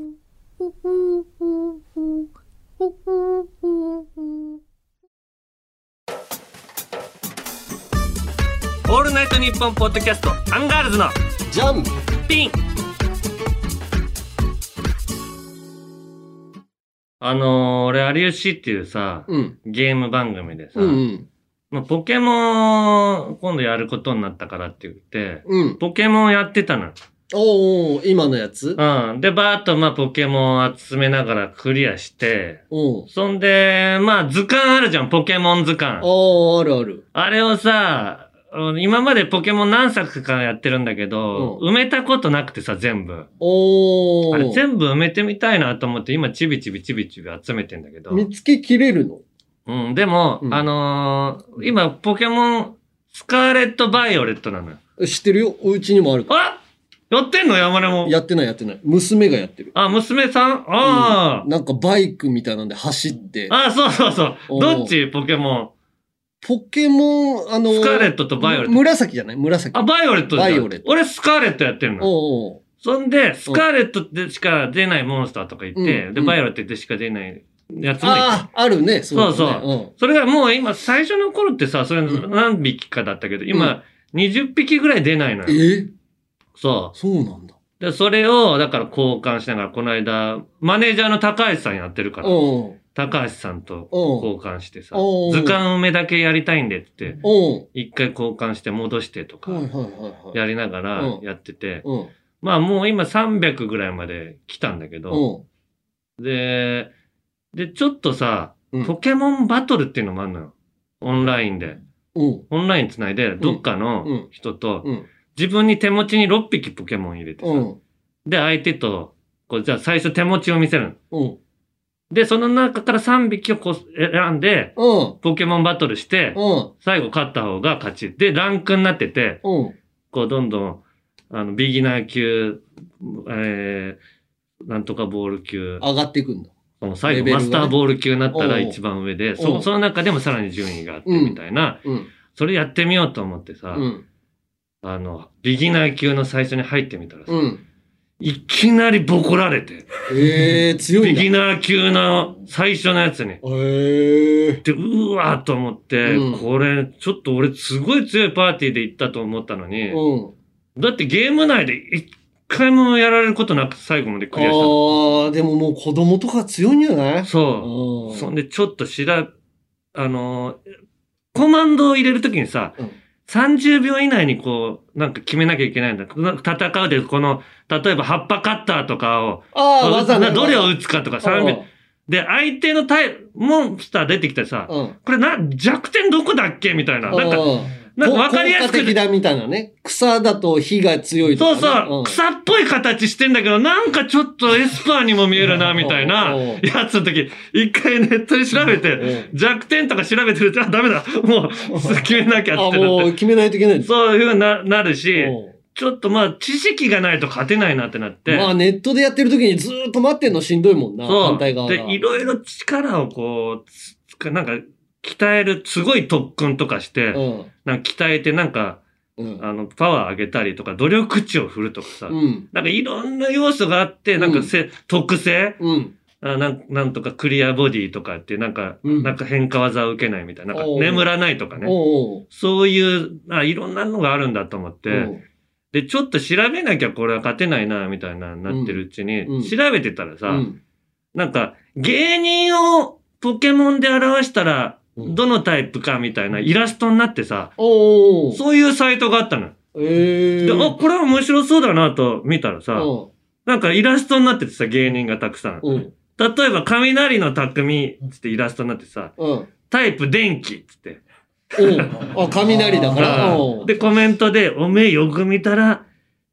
Speaker 1: オールナイトニッポンポッドキャストアンガールズの
Speaker 2: ジャン
Speaker 1: ピン。あのー、俺有吉っていうさ、
Speaker 2: うん
Speaker 1: ゲーム番組でさ、
Speaker 2: うんうん
Speaker 1: まあ、ポケモン今度やることになったからって言って、
Speaker 2: うん
Speaker 1: ポケモンやってたの。
Speaker 2: おうおう今のやつ
Speaker 1: うん。で、バーっとまあポケモン集めながらクリアして、
Speaker 2: うん
Speaker 1: そんで、まあ図鑑あるじゃん、ポケモン図鑑。
Speaker 2: あああるある
Speaker 1: あれをさ、うん今までポケモン何作かやってるんだけど、
Speaker 2: うん
Speaker 1: 埋めたことなくてさ、全部。
Speaker 2: おお
Speaker 1: あれ全部埋めてみたいなと思って、今ちびちびちびちび集めてんだけど。
Speaker 2: 見つけきれるの
Speaker 1: うん、でも、
Speaker 2: うん
Speaker 1: あのー今ポケモン、スカーレット・バイオレットなのよ。
Speaker 2: 知ってるよお家にもあるから
Speaker 1: あやってんの山根も。
Speaker 2: やってないやってない娘がやってる
Speaker 1: あ、娘さんああ、
Speaker 2: なんかバイクみたいなんで走って。
Speaker 1: あ、そうそうそう。
Speaker 2: おー
Speaker 1: どっちポケモ
Speaker 2: ポケモン、あの
Speaker 1: ン。スカーレットとバイオレット。
Speaker 2: 紫じゃない紫。
Speaker 1: あ、バイオレットじゃん
Speaker 2: バイオレット
Speaker 1: 俺スカーレットやってるの。
Speaker 2: おうおう
Speaker 1: そんで、スカーレットでしか出ないモンスターとかいて、
Speaker 2: うん
Speaker 1: で、
Speaker 2: うん
Speaker 1: バイオレットでしか出ないやつもいて。
Speaker 2: ああ、あるね。
Speaker 1: そうそう
Speaker 2: だね
Speaker 1: それがもう今、最初の頃ってさ、それ
Speaker 2: う
Speaker 1: 何匹かだったけど、今、20匹ぐらい出ないの
Speaker 2: うん
Speaker 1: よ。
Speaker 2: え
Speaker 1: そ
Speaker 2: そうなんだ。
Speaker 1: う。で、それを、だから交換しながら、この間、マネージャーの高橋さんやってるから、
Speaker 2: おうん。
Speaker 1: 高橋さんと
Speaker 2: おう
Speaker 1: 交換してさ、
Speaker 2: おう
Speaker 1: 図鑑埋めだけやりたいんでって、
Speaker 2: おう
Speaker 1: 一回交換して戻してとか
Speaker 2: はい、はいはいはい。
Speaker 1: やりながら
Speaker 2: うん
Speaker 1: やってて、
Speaker 2: うん。
Speaker 1: まあもう今300ぐらいまで来たんだけど、
Speaker 2: うん。
Speaker 1: で、で、ちょっとさ、
Speaker 2: うん
Speaker 1: ポケモンバトルっていうのもあるのよ。オンラインで。
Speaker 2: うん。
Speaker 1: オンラインつないで、どっか
Speaker 2: う
Speaker 1: の
Speaker 2: ん
Speaker 1: 人と、
Speaker 2: うん。
Speaker 1: 自分に手持ちに6匹ポケモン入れてさ、
Speaker 2: うん。
Speaker 1: で、相手と、こう、じゃあ最初手持ちを見せるの。
Speaker 2: うん。
Speaker 1: で、その中から3匹をこう選んで、
Speaker 2: うん。
Speaker 1: ポケモンバトルして、
Speaker 2: うん。
Speaker 1: 最後勝った方が勝ち。で、ランクになってて、
Speaker 2: うん。
Speaker 1: こう、どんどん、あの、ビギナー級、えー、なんとかボール級、
Speaker 2: 上がっていくんだ。
Speaker 1: その最
Speaker 2: レ
Speaker 1: 後、
Speaker 2: ベルが
Speaker 1: マ
Speaker 2: ね
Speaker 1: スターボール級になったら
Speaker 2: おう
Speaker 1: 一番上で、
Speaker 2: お
Speaker 1: そうその中でもさらに順位があってみたいな、
Speaker 2: うん。
Speaker 1: それやってみようと思ってさ、
Speaker 2: うん。
Speaker 1: あの、ビギナー級の最初に入ってみたらさ、
Speaker 2: うん。
Speaker 1: いきなりボコられて。
Speaker 2: ええー、強い
Speaker 1: ビ
Speaker 2: んだ。
Speaker 1: ギナー級
Speaker 2: え
Speaker 1: の最初のやつに。
Speaker 2: えー。
Speaker 1: で、うーわーと思って、
Speaker 2: うん
Speaker 1: これ、ちょっと俺すごい強いパーティーで行ったと思ったのに、
Speaker 2: うん。
Speaker 1: だってゲーム内で一回もやられることなく最後までクリアしたの。
Speaker 2: ああ、でももう子供とか強いんじゃない
Speaker 1: そう。
Speaker 2: うん
Speaker 1: そんで、ちょっと調べ、あのー、コマンドを入れるときにさ、
Speaker 2: うん
Speaker 1: 30秒以内にこう、なんか決めなきゃいけないんだ。な戦うで、この、例えば葉っぱカッターとかを、
Speaker 2: ああ、技ね。
Speaker 1: などれを打つかとか3秒。
Speaker 2: う
Speaker 1: で、相手のタイモンスター出てきたらさ、
Speaker 2: んうん。
Speaker 1: これな、弱点どこだっけみたいな。なんか、なんか分かりやすく
Speaker 2: 効果的だみたいなね。草だと火が強いとか
Speaker 1: そう
Speaker 2: ね。
Speaker 1: そう、草っぽい形してんだけど、なんかちょっとエスパーにも見えるな、みたいな
Speaker 2: うんうんうん
Speaker 1: やつの時、一回ネットで調べて、弱点とか調べてると、あ、ダメだ、もう、決めなきゃ
Speaker 2: あ
Speaker 1: って
Speaker 2: も
Speaker 1: な
Speaker 2: う
Speaker 1: っ
Speaker 2: 決めないといけないん
Speaker 1: て。
Speaker 2: ですよ
Speaker 1: そういうふうにななるし、
Speaker 2: うん
Speaker 1: ちょっとまあ、知識がないと勝てないなってなって、
Speaker 2: まあネットでやってる時にずーっと待ってんのしんどいもんな、
Speaker 1: そ
Speaker 2: 反
Speaker 1: う。
Speaker 2: 対側が。
Speaker 1: で、いろいろ力をこうつつか、なんか、鍛える、すごい特訓とかして、
Speaker 2: うん。
Speaker 1: なんか鍛えて、なんか、
Speaker 2: うん。
Speaker 1: あの、パワー上げたりとか、努力値を振るとかさ、
Speaker 2: うん。
Speaker 1: なんかいろんな要素があって、なんかせ、特性
Speaker 2: うん。
Speaker 1: あなんなんとかクリアボディとかって、なんか、
Speaker 2: うん
Speaker 1: なんか変化技を受けないみたいな、なん
Speaker 2: お
Speaker 1: か
Speaker 2: う
Speaker 1: 眠らないとかね。
Speaker 2: おうおう
Speaker 1: そういう、あいろんなのがあるんだと思っ
Speaker 2: お
Speaker 1: て、
Speaker 2: う
Speaker 1: で、ちょっと調べなきゃこれは勝てないな、みたいな、なってるうちに、
Speaker 2: うんうん
Speaker 1: 調べてたらさ、
Speaker 2: うん
Speaker 1: なんか、芸人をポケモンで表したら、
Speaker 2: うん
Speaker 1: どのタイプかみたいなイラストになってさ、
Speaker 2: おうおう
Speaker 1: そういうサイトがあったのよ。
Speaker 2: おうええ。
Speaker 1: で、あ、これは面白そうだなと見たらさ、
Speaker 2: うん
Speaker 1: なんかイラストになっててさ、芸人がたくさん。
Speaker 2: うん。
Speaker 1: 例えば、雷の匠つってイラストになってさ、
Speaker 2: うん。
Speaker 1: タイプ電気っつって。
Speaker 2: おうあ、雷だから。おう
Speaker 1: で、コメントで、おめえよく見たら、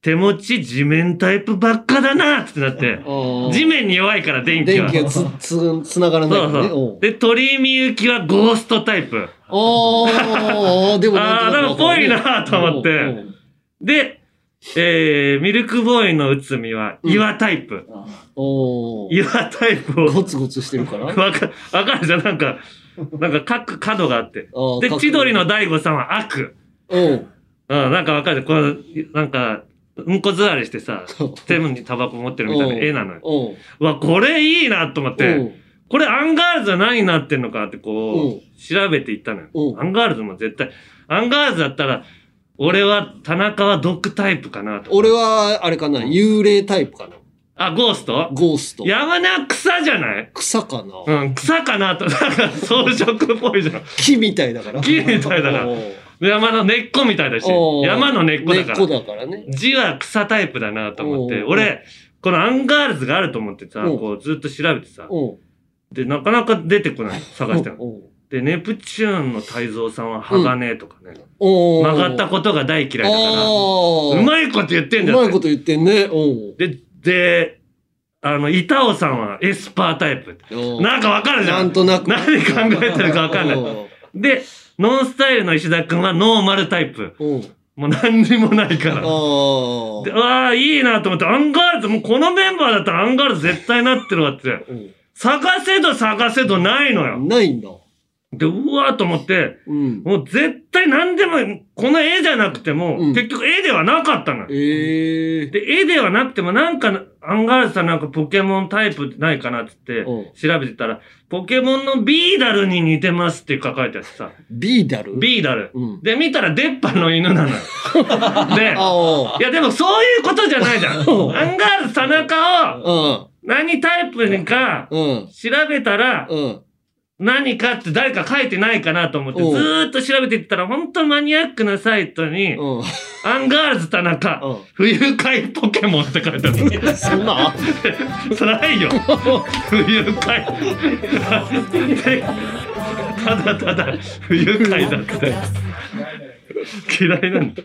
Speaker 1: 手持ち地面タイプばっかだなっつってなって、
Speaker 2: あー
Speaker 1: 地面に弱いから電気
Speaker 2: 電
Speaker 1: は。
Speaker 2: 気がつ、つ、つながらないか
Speaker 1: そう
Speaker 2: らね。
Speaker 1: そ
Speaker 2: お
Speaker 1: う。で、鳥居みゆきはゴーストタイプ。
Speaker 2: おー、でも
Speaker 1: あー
Speaker 2: な
Speaker 1: なんんかぽ
Speaker 2: となく
Speaker 1: い
Speaker 2: わかるね
Speaker 1: なと思っ
Speaker 2: お
Speaker 1: て。で、えー、ミルクボーイの内海は岩タイプ。
Speaker 2: おうおう
Speaker 1: 岩タイプを、
Speaker 2: ゴツゴツしてるから。
Speaker 1: わか、わかるじゃん、なんか、なんか各角があって。
Speaker 2: あー
Speaker 1: で、
Speaker 2: 角
Speaker 1: 千鳥の大悟さんは悪。
Speaker 2: おう
Speaker 1: うん、なんかわかる。この、なんか、うんこ座りしてさ、手にタバコ持ってるみたいな絵なのよ。
Speaker 2: おう
Speaker 1: うわ、これいいなと思っ
Speaker 2: おう
Speaker 1: て、これアンガールズは何になってんのかってこ
Speaker 2: う
Speaker 1: う、調べていったの
Speaker 2: う
Speaker 1: よ。
Speaker 2: ん
Speaker 1: アンガールズも絶対、アンガールズだったら、俺は、田中はドッグタイプかなと。
Speaker 2: 俺は、あれかな、幽霊タイプかな。
Speaker 1: あ、ゴースト
Speaker 2: ゴースト。
Speaker 1: 山根は草じゃない
Speaker 2: 草かな、
Speaker 1: うん、草かなと、なんか装飾っぽいじゃん。
Speaker 2: 木みたいだから。
Speaker 1: 木みたいだ
Speaker 2: <laughs>
Speaker 1: から
Speaker 2: おう
Speaker 1: 山の根っこみたいだし、
Speaker 2: おう
Speaker 1: 山の根っこだから。
Speaker 2: 根っこだからね。
Speaker 1: 字は草タイプだなと思って、
Speaker 2: おう
Speaker 1: 俺、このアンガールズがあると思ってさ、
Speaker 2: うん
Speaker 1: こうずっと調べてさ、
Speaker 2: おう
Speaker 1: で、なかなか出てこ
Speaker 2: <laughs>
Speaker 1: ない、探しても。
Speaker 2: おう
Speaker 1: で、ネプチューンの太蔵さんは鋼とかね、
Speaker 2: おう
Speaker 1: 曲がったことが大嫌いだか
Speaker 2: お
Speaker 1: ら、う
Speaker 2: う
Speaker 1: まいこと言ってんだ
Speaker 2: う
Speaker 1: よ。
Speaker 2: まいこと言ってんね。おう
Speaker 1: で、で、あの、板尾さんはエスパータイプ。
Speaker 2: おう
Speaker 1: なんかわかるじゃん。
Speaker 2: なんとなく
Speaker 1: 何考えてるかわか
Speaker 2: <laughs>
Speaker 1: んな
Speaker 2: お
Speaker 1: い。で、ノンスタイルの石田くんはノーマルタイプ。
Speaker 2: うおう
Speaker 1: もう何にもないから。
Speaker 2: おう
Speaker 1: で、ああ、いいなと思って、アンガールズ、もうこのメンバーだったらアンガールズ絶対なってるわって。探せど探せどないのよ。
Speaker 2: ないんだ。
Speaker 1: で、うわーと思って、
Speaker 2: うん。
Speaker 1: もう絶対何でも、この絵じゃなくても、
Speaker 2: うん
Speaker 1: 結局絵ではなかったのよ。
Speaker 2: ええ。
Speaker 1: で、絵ではなくても、なんか、アンガールズさんなんかポケモンタイプないかなってって
Speaker 2: うん、
Speaker 1: 調べてたら、ポケモンのビーダルに似てますって書かれてあってさ、
Speaker 2: ビーダル
Speaker 1: ビーダル。
Speaker 2: うん
Speaker 1: で、見たら出っ歯の犬なの
Speaker 2: <laughs>
Speaker 1: よ。で、
Speaker 2: ああ。
Speaker 1: いやでもそういうことじゃないじゃ
Speaker 2: <laughs>
Speaker 1: ん。アンガールズ田中を何タイプにか
Speaker 2: うん。うん。
Speaker 1: 調べたら
Speaker 2: うん。
Speaker 1: 何かって誰か書いてないかなと思ってず
Speaker 2: うん
Speaker 1: ーっと調べていったら本当マニアックなサイトに
Speaker 2: うん。 <laughs>
Speaker 1: アンガールズ田
Speaker 2: う
Speaker 1: 中
Speaker 2: ん
Speaker 1: 不愉快ポケモンって書いてある。 <laughs>
Speaker 2: そんな
Speaker 1: そらない
Speaker 2: <laughs>
Speaker 1: よ。不愉快。ただただ不愉快だ
Speaker 2: <laughs>
Speaker 1: って。嫌いなんだ。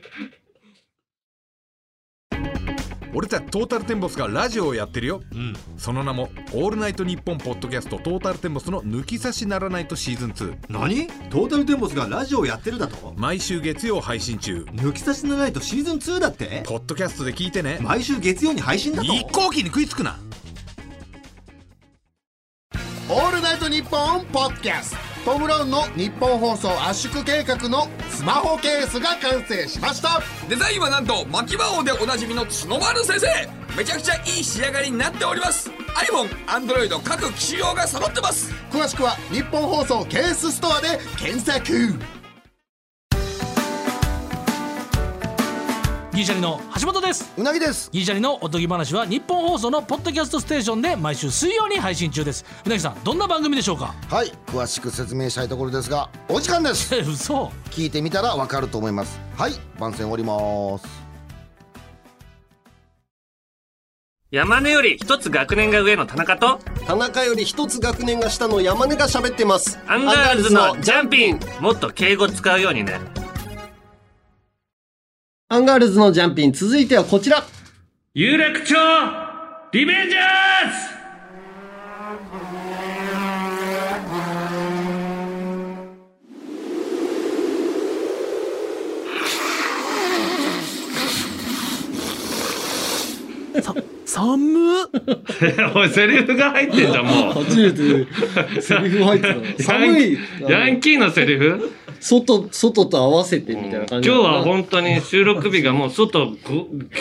Speaker 5: 俺たちトータルテンボスがラジオをやってるよ、その名も「オールナイトニッポン」ポッドキャスト「トータルテンボスの抜き差しならないと」シーズン2
Speaker 7: 何トータルテンボスがラジオやってるだと
Speaker 5: 毎週月曜配信中
Speaker 7: 抜き差しならないとシーズン2だって
Speaker 5: ポッドキャストで聞いてね
Speaker 7: 毎週月曜に配信だと
Speaker 5: 一向機に食いつくな
Speaker 8: オールナイトニッポンポッドキャストトム・ブラウンの日本放送圧縮計画のスマホケースが完成しました
Speaker 6: デザインはなんと牧場王でおなじみの角丸先生
Speaker 9: めちゃくちゃいい仕上がりになっております iPhone、Android 各機種用が揃ってます
Speaker 8: 詳しくは日本放送ケースストアで検索
Speaker 10: ギリシャリの橋本です
Speaker 8: うなぎです
Speaker 10: ギリシャリのおとぎ話は日本放送のポッドキャストステーションで毎週水曜に配信中ですうなぎさんどんな番組でしょうか
Speaker 11: はい詳しく説明したいところですがお時間です
Speaker 10: え <laughs> 嘘
Speaker 11: 聞いてみたらわかると思いますはい番宣終わります
Speaker 12: 山根より一つ学年が上の田中と
Speaker 2: 田中より一つ学年が下の山根が喋ってます
Speaker 12: アンガールズのジャンピンもっと敬語使うようにね
Speaker 2: アンガールズのジャンピン続いてはこ
Speaker 1: <laughs>
Speaker 2: ちら
Speaker 1: 有楽町リベンジャーズ
Speaker 10: 寒っ
Speaker 1: <laughs> おいセリフが入ってんじゃんもう
Speaker 2: 初めてセリフ入ってた <laughs> 寒い
Speaker 1: ヤンキーのセリフ
Speaker 2: 外外と合わせてみたいな
Speaker 1: 今
Speaker 2: 感
Speaker 1: 日
Speaker 2: じなのかな
Speaker 1: は本当に収録日がもう外ご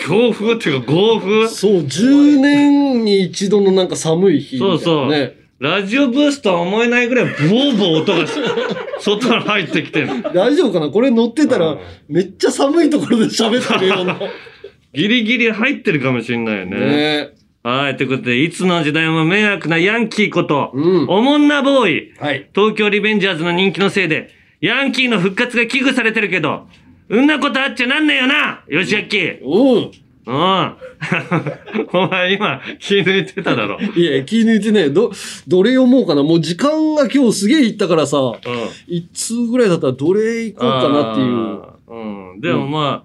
Speaker 1: 強風っていうか豪風
Speaker 2: そう10年に一度のなんか寒い日みた
Speaker 1: そ
Speaker 2: いな
Speaker 1: うそう、
Speaker 2: ね
Speaker 1: ラジオブースとは思えないぐらいボーボー音がし外から入ってきてる
Speaker 2: 大丈夫かなこれ乗ってたらめっちゃ寒いところで喋ってる
Speaker 1: <laughs>
Speaker 2: ような
Speaker 1: ギリギリ入ってるかもしれないよね
Speaker 2: ね
Speaker 1: はい、ということで、いつの時代も迷惑なヤンキーこと、おもんなボーイ、東京リベンジャーズの人気のせいで、ヤンキーの復活が危惧されてるけど、うんなことあっちゃなんねえよな、よしやっきー。
Speaker 2: うん。
Speaker 1: <laughs> お前今、気抜いてただろ。
Speaker 2: いや気抜いてねどどれ読もうかなもう時間が今日すげえいったからさ、一通ぐらいだったらどれ行こうかなっていう
Speaker 1: あーうん。でもまあ、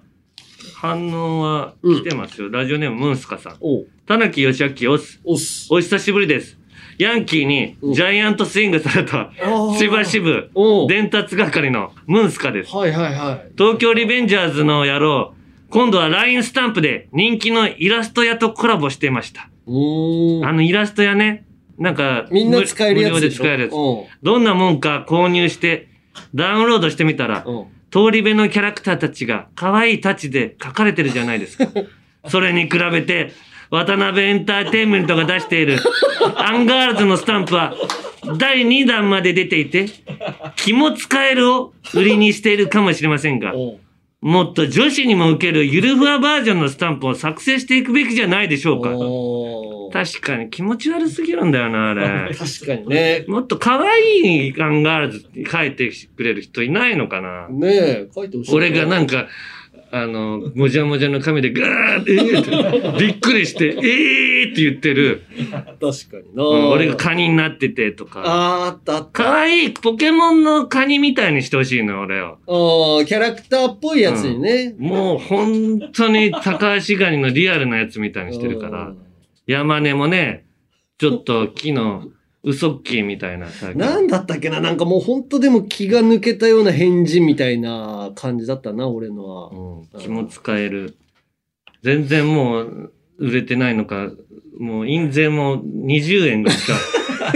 Speaker 1: 反応は来てますよ。ラジオネームムンスカさん。田中義明おっす。
Speaker 2: おっす。
Speaker 1: お久しぶりです。ヤンキーにジャイアントスイングされた
Speaker 2: お、ー
Speaker 1: しばしぶ、伝達係のムンスカです。
Speaker 2: はいはいはい
Speaker 1: 東京リベンジャーズの野郎、今度は LINE スタンプで人気のイラスト屋とコラボしていました。あのイラスト屋ね、なんか、
Speaker 2: みんな使えるやつ
Speaker 1: 無無料で
Speaker 2: でしょ
Speaker 1: 使えるやつ
Speaker 2: うん。
Speaker 1: どんなもんか購入して、ダウンロードしてみたら、通り部のキャラクターたちが可愛いタッチで描かれてるじゃないですか。それに比べて、渡辺エンターテインメントが出しているアンガールズのスタンプは第2弾まで出ていて、肝使えるを売りにしているかもしれませんが、もっと女子にも受けるゆるふわバージョンのスタンプを作成していくべきじゃないでしょうか。確かに気持ち悪すぎるんだよな、あ
Speaker 2: <laughs>
Speaker 1: れ。
Speaker 2: 確かにね。
Speaker 1: もっと可愛いアンガールズに書いてくれる人いないのかな。
Speaker 2: ねえ書いてほしい
Speaker 1: 俺がなんか、あの、もじゃもじゃの髪でガーって、えーってびっくりして、えーって言ってる。
Speaker 2: 確かにな、
Speaker 1: うん俺がカニになっててとか。
Speaker 2: あーあったあった
Speaker 1: 可愛いポケモンのカニみたいにしてほしいの、俺を。
Speaker 2: あーキャラクターっぽいやつにね、
Speaker 1: もう本当に高橋ガニのリアルなやつみたいにしてるから。山根もね、ちょっと木のウソッキーみたいなさ。
Speaker 2: なんだったっけななんかもうほんとでも気が抜けたような返事みたいな感じだったな、俺のは。
Speaker 1: 気も使える。全然もう売れてないのか、もう印税も20円ぐらいしか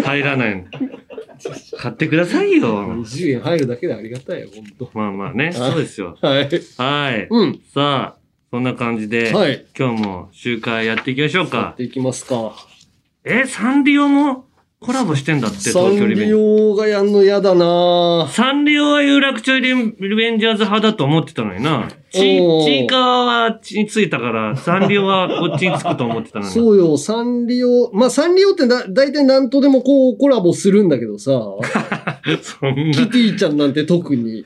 Speaker 1: 入ら
Speaker 2: <laughs>
Speaker 1: ないの。買ってくださいよ。
Speaker 2: 20円入るだけでありがたいよ、ほんと。
Speaker 1: まあまあね、そうですよ。
Speaker 2: はい。
Speaker 1: はい。さあ、そんな感じで、
Speaker 2: はい
Speaker 1: 今日も集会やっていきましょうか。やって
Speaker 2: いきますか。
Speaker 1: え、サンリオもコラボしてんだって、
Speaker 2: サ
Speaker 1: 東京
Speaker 2: ン
Speaker 1: リベン
Speaker 2: リ
Speaker 1: ジャーズ。
Speaker 2: オがやんの嫌だな
Speaker 1: サンリオは有楽町リベンジャーズ派だと思ってたのにな。ち、
Speaker 2: おー
Speaker 1: ちいかわはあっちについたから、サンリオはこっちにつくと思ってたのに。
Speaker 2: そうよ、サンリオ。まあ、サンリオってだ、大体何とでもこうコラボするんだけ
Speaker 1: <laughs>
Speaker 2: どさ。
Speaker 1: そん
Speaker 2: キティちゃんなんて特に。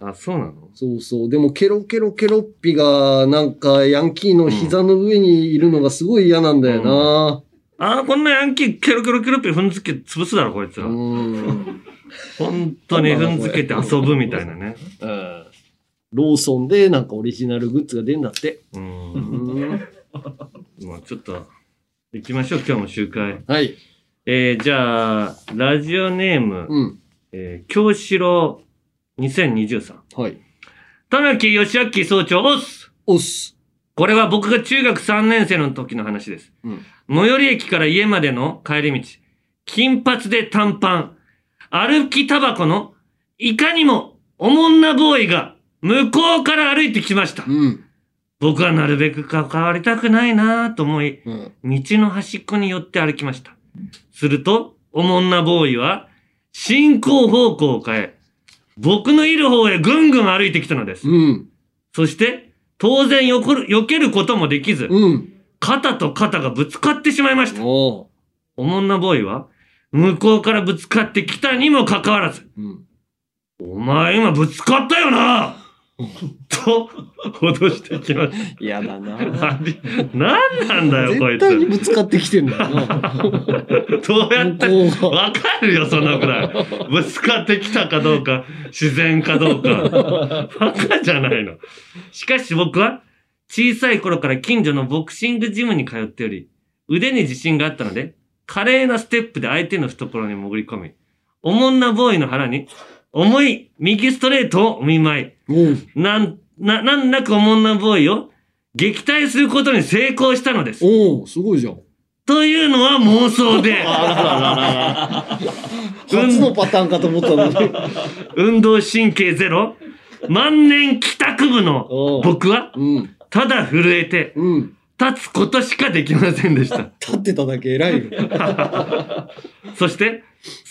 Speaker 1: あ、そうなの
Speaker 2: そうそう。でも、ケロケロケロッピが、なんか、ヤンキーの膝の上にいるのがすごい嫌なんだよな。
Speaker 1: あーこんなヤンキー、ケロケロケロって踏んづけ潰すだろ、こいつら。
Speaker 2: 本
Speaker 1: 当に踏んづけて遊ぶみたいな <laughs> ね。
Speaker 2: ローソンで、なんかオリジナルグッズが出んだって。
Speaker 1: うん。まあちょっと、行きましょう、今日も集会。
Speaker 2: はい。
Speaker 1: えー、じゃあ、ラジオネーム、えー、京志郎2023。
Speaker 2: はい。
Speaker 1: 田中義明総長、おっす
Speaker 2: おっす
Speaker 1: これは僕が中学3年生の時の話です。最寄り駅から家までの帰り道。金髪で短パン。歩きタバコの、いかにも、おもんなボーイが、向こうから歩いてきました。僕はなるべく関わりたくないなぁと思い、道の端っこに寄って歩きました。すると、おもんなボーイは、進行方向を変え、僕のいる方へぐんぐん歩いてきたのです。そして、当然よこる避けることもできず、肩と肩がぶつかってしまいました。おもんなボーイは、向こうからぶつかってきたにもかかわらず、お前今ぶつかったよな <laughs> と、脅してきました。
Speaker 2: 嫌だな
Speaker 1: あり何なんだよ、こい
Speaker 2: 絶
Speaker 1: つ。
Speaker 2: 対にぶつかってきてんだよな。
Speaker 1: どうやって、 <laughs> わかるよ、そのくらい。ぶつかってきたかどうか、自然かどうか。バカじゃないの。しかし僕は、小さい頃から近所のボクシングジムに通っており、腕に自信があったので、華麗なステップで相手の懐に潜り込み、おもんなボーイの腹に、重い右ストレートをお見舞い。なん、な、なんなくおもんなボーイを撃退することに成功したのです。
Speaker 2: <laughs> おおすごいじゃん。
Speaker 1: というのは妄想で。
Speaker 2: 初のパターンかと思ったのに。
Speaker 1: 運動神経ゼロ、万年帰宅部の僕は、ただ震えて、立つことしかできませんでした。
Speaker 2: 立ってただけ偉いよ。
Speaker 1: そして、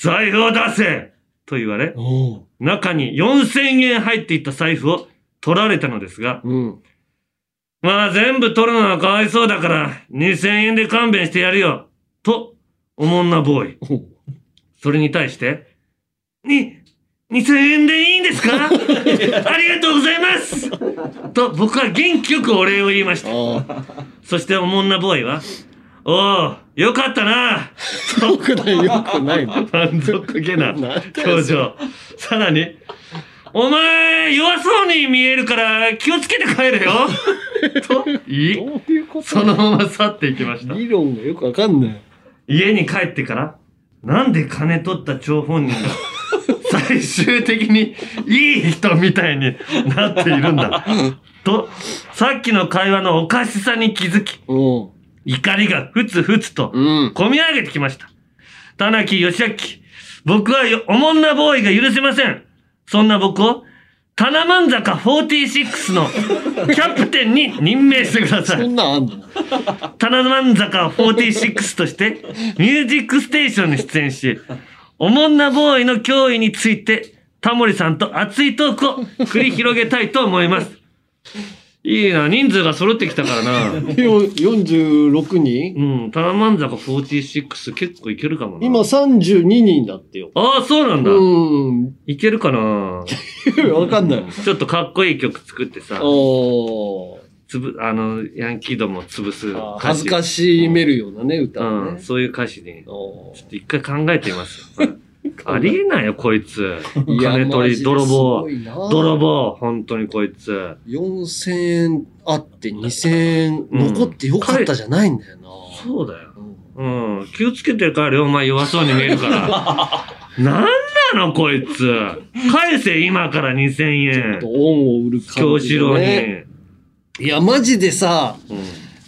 Speaker 1: 財布を出せと言われ、中に4000円入っていた財布を取られたのですが、まあ全部取るのはかわいそうだから、2000円で勘弁してやるよ、と、おもんなボーイ。それに対して、に、2000円でいいんです
Speaker 2: <laughs>
Speaker 1: かありがとうございますと僕は元気よくお礼を言いました。そしておもんなボーイは、おお、よかったなよ
Speaker 2: くない、よくない。
Speaker 1: 満足げな表情。さらに、お前、弱そうに見えるから気をつけて帰れよと
Speaker 2: <laughs>
Speaker 1: 言い、そのまま去っていきました。理
Speaker 2: 論がよくわかんない。
Speaker 1: 家に帰ってから、なんで金取った張本人が、最終的にいい人みたいになっているんだ。と、さっきの会話のおかしさに気づき、怒りがふつふつと、込み上げてきました。田中義明、僕はよおもんなボーイが許せません。そんな僕を、タナマン坂46のキャプテンに任命してください。そん
Speaker 2: なんあん
Speaker 1: タナマン坂46として、ミュージックステーションに出演し、おもんなボーイの脅威について、タモリさんと熱いトークを繰り広げたいと思います。いいな、人数が揃ってきたからな。
Speaker 2: 46人
Speaker 1: うん、タナマン坂46結構いけるかもな。
Speaker 2: 今32人だってよ。
Speaker 1: ああ、そうなんだ。
Speaker 2: うん。
Speaker 1: いけるかな
Speaker 2: わかんない。
Speaker 1: ちょっとかっこいい曲作ってさ。
Speaker 2: お
Speaker 1: つぶ、あの、ヤンキーどもを潰す歌詞。
Speaker 2: 恥ずかしめるようなね、歌を
Speaker 1: うん、
Speaker 2: ね。
Speaker 1: そういう歌詞で、ちょっと一回考えてみ
Speaker 2: <laughs>
Speaker 1: ます。ありえないよ、こいつ。
Speaker 2: いや
Speaker 1: 金取
Speaker 2: マ
Speaker 1: り、
Speaker 2: ジです
Speaker 1: 泥棒
Speaker 2: ごいな。
Speaker 1: 泥棒、本当にこいつ。
Speaker 2: 4000円あって2000円残ってよかったじゃないんだよな。
Speaker 1: そうだよ。うん、気をつけて帰れよ、お前弱そうに見えるから。
Speaker 2: <laughs>
Speaker 1: なんなの、こいつ。返せ、今から2000円。ちょっと
Speaker 2: 恩を売る
Speaker 1: 京
Speaker 2: 感
Speaker 1: 志
Speaker 2: じ
Speaker 1: 郎
Speaker 2: の
Speaker 1: に。
Speaker 2: ねいや、マジでさ、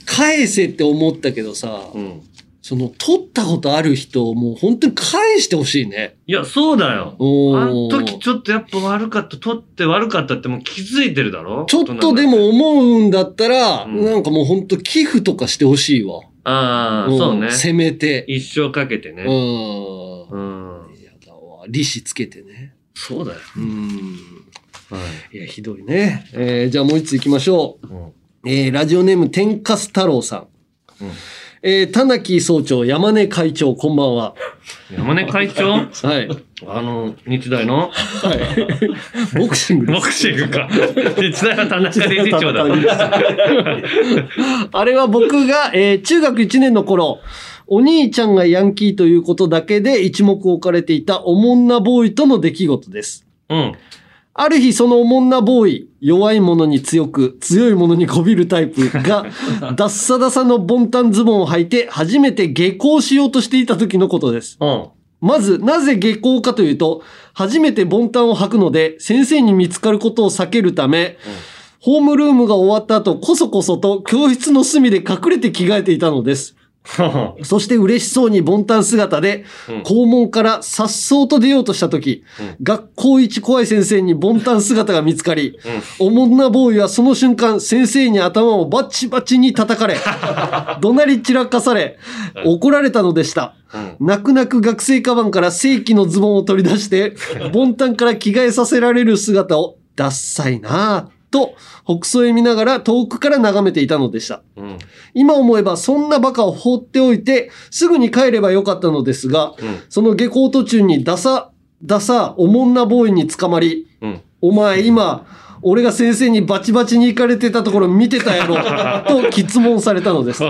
Speaker 2: 返せって思ったけどさ、その、取ったことある人をもう本当に返してほしいね。
Speaker 1: いや、そうだよ。
Speaker 2: おー
Speaker 1: あの時ちょっとやっぱ悪かった、取って悪かったってもう気づいてるだろ
Speaker 2: ちょっとでも思うんだったら、なんかもう本当寄付とかしてほしいわ。
Speaker 1: ああ、
Speaker 2: うん
Speaker 1: そうね。
Speaker 2: せめて。
Speaker 1: 一生かけてね。
Speaker 2: うん。
Speaker 1: うん。
Speaker 2: 利子つけてね。
Speaker 1: そうだよ。
Speaker 2: うん。
Speaker 1: はい。
Speaker 2: いや、ひどいね。えーじゃあもう一つ行きましょう。えーラジオネーム、天かす太郎さん。えー、田中総長、山根会長、こんばんは。
Speaker 1: 山根会長
Speaker 2: はい。 <laughs>
Speaker 1: あの、日大の
Speaker 2: はい。ボクシング
Speaker 1: ボクシングか。日大の田中理事長だ。
Speaker 2: あれは僕が、えー中学1年の頃、お兄ちゃんがヤンキーということだけで一目置かれていたおもんなボーイとの出来事です。
Speaker 1: うん。
Speaker 2: ある日そのおもんなボーイ、弱いものに強く、強いものにこびるタイプが、ダッサダサのボンタンズボンを履いて初めて下校しようとしていた時のことです。まず、なぜ下校かというと、初めてボンタンを履くので、先生に見つかることを避けるため、ホームルームが終わった後、こそこそと教室の隅で隠れて着替えていたのです。そして嬉しそうにボンタン姿で、校門から颯爽と出ようとした時、学校一怖い先生にボンタン姿が見つかり、おもんなボーイはその瞬間、先生に頭をバチバチに
Speaker 1: <laughs>
Speaker 2: 叩かれ、怒鳴り散らかされ、怒られたのでした。泣く泣く学生カバンから正規のズボンを取り出して、ボンタンから着替えさせられる姿を、ダッサいなぁ、と、北総へ見ながら遠くから眺めていたのでした。
Speaker 1: うん。
Speaker 2: 今思えばそんなバカを放っておいて、すぐに帰ればよかったのですが、その下校途中にダサ、ダサ、おもんなボーイに捕まり、
Speaker 1: うん。
Speaker 2: お前今、俺が先生にバチバチに行かれてたところ見てたやろ、と質問されたのです。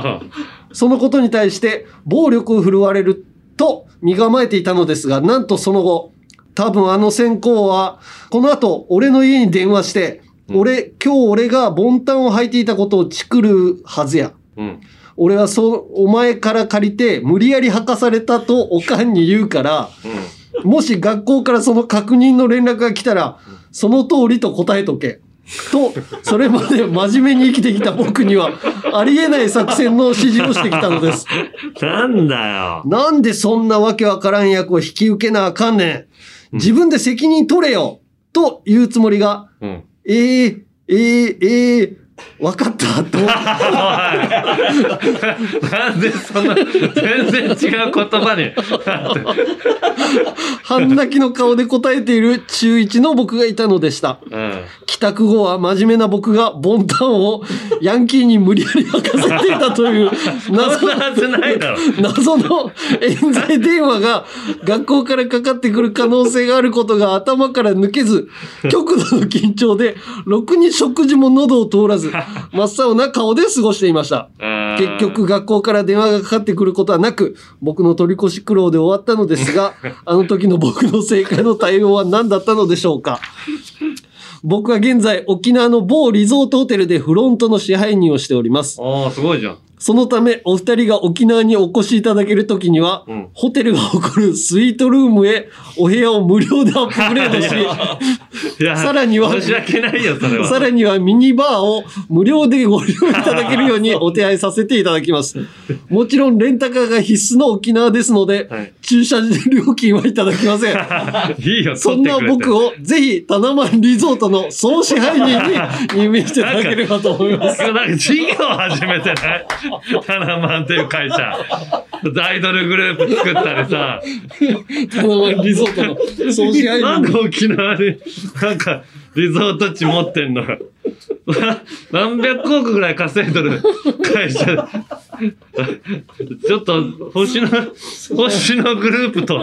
Speaker 2: そのことに対して、暴力を振るわれると身構えていたのですが、なんとその後、多分あの先行は、この後、俺の家に電話して、俺、今日俺がボンタンを履いていたことをチクるはずや。
Speaker 1: うん。
Speaker 2: 俺はそう、お前から借りて、無理やり履かされたとおかんに言うから、もし学校からその確認の連絡が来たら、その通りと答えとけ。と、それまで真面目に生きてきた僕には、ありえない作戦の指示をしてきたのです。
Speaker 1: なんだよ。
Speaker 2: なんでそんなわけわからん役を引き受けなあかんねん。自分で責任取れよと言うつもりが、
Speaker 1: うん。
Speaker 2: ええええええわかったと。
Speaker 1: なんでそんな、全然違う言葉に。
Speaker 2: 半泣きの顔で答えている中1の僕がいたのでした。
Speaker 1: うん。
Speaker 2: 帰宅後は真面目な僕がボンタンをヤンキーに無理やり履かせていたという謎
Speaker 1: <laughs> そんなはずないだろ
Speaker 2: 謎の冤罪電話が学校からかかってくる可能性があることが頭から抜けず、極度の緊張で、ろくに食事も喉を通らず、真っ青な顔で過ごしていました。
Speaker 1: あー
Speaker 2: 結局学校から電話がかかってくることはなく、僕の取り越し苦労で終わったのです
Speaker 1: <laughs>
Speaker 2: が、あの時の僕の正解の対応は何だったのでしょうか。僕は現在沖縄の某リゾートホテルでフロントの支配人をしております。
Speaker 1: ああ、すごいじゃん。
Speaker 2: そのため、お二人が沖縄にお越しいただけるときには、
Speaker 1: うん
Speaker 2: ホテルが誇るスイートルームへお部屋を無料でアップグレードし、
Speaker 1: いや、
Speaker 2: さらには
Speaker 1: 申し訳ないよ、それは。
Speaker 2: さらにはミニバーを無料でご利用いただけ
Speaker 1: <laughs>
Speaker 2: るようにお手配させていただきます。もちろんレンタカーが必須の沖縄ですので、駐車料金はいただきませ
Speaker 1: <laughs>
Speaker 2: ん。
Speaker 1: いいよ、
Speaker 2: そんな
Speaker 1: 取ってくれて
Speaker 2: 僕をぜひタナマンリゾートの総支配
Speaker 1: <laughs>
Speaker 2: 人に任命していただければと思います。
Speaker 1: なんか事業始めてないタナマンっていう会社。アイドルグループ作ったりさ。
Speaker 2: タナマンリゾートの総支配人
Speaker 1: なんで沖縄に、なんか、リゾート地持ってんのな何百億ぐらい稼いでる会社。ちょっと、星の、星のグループと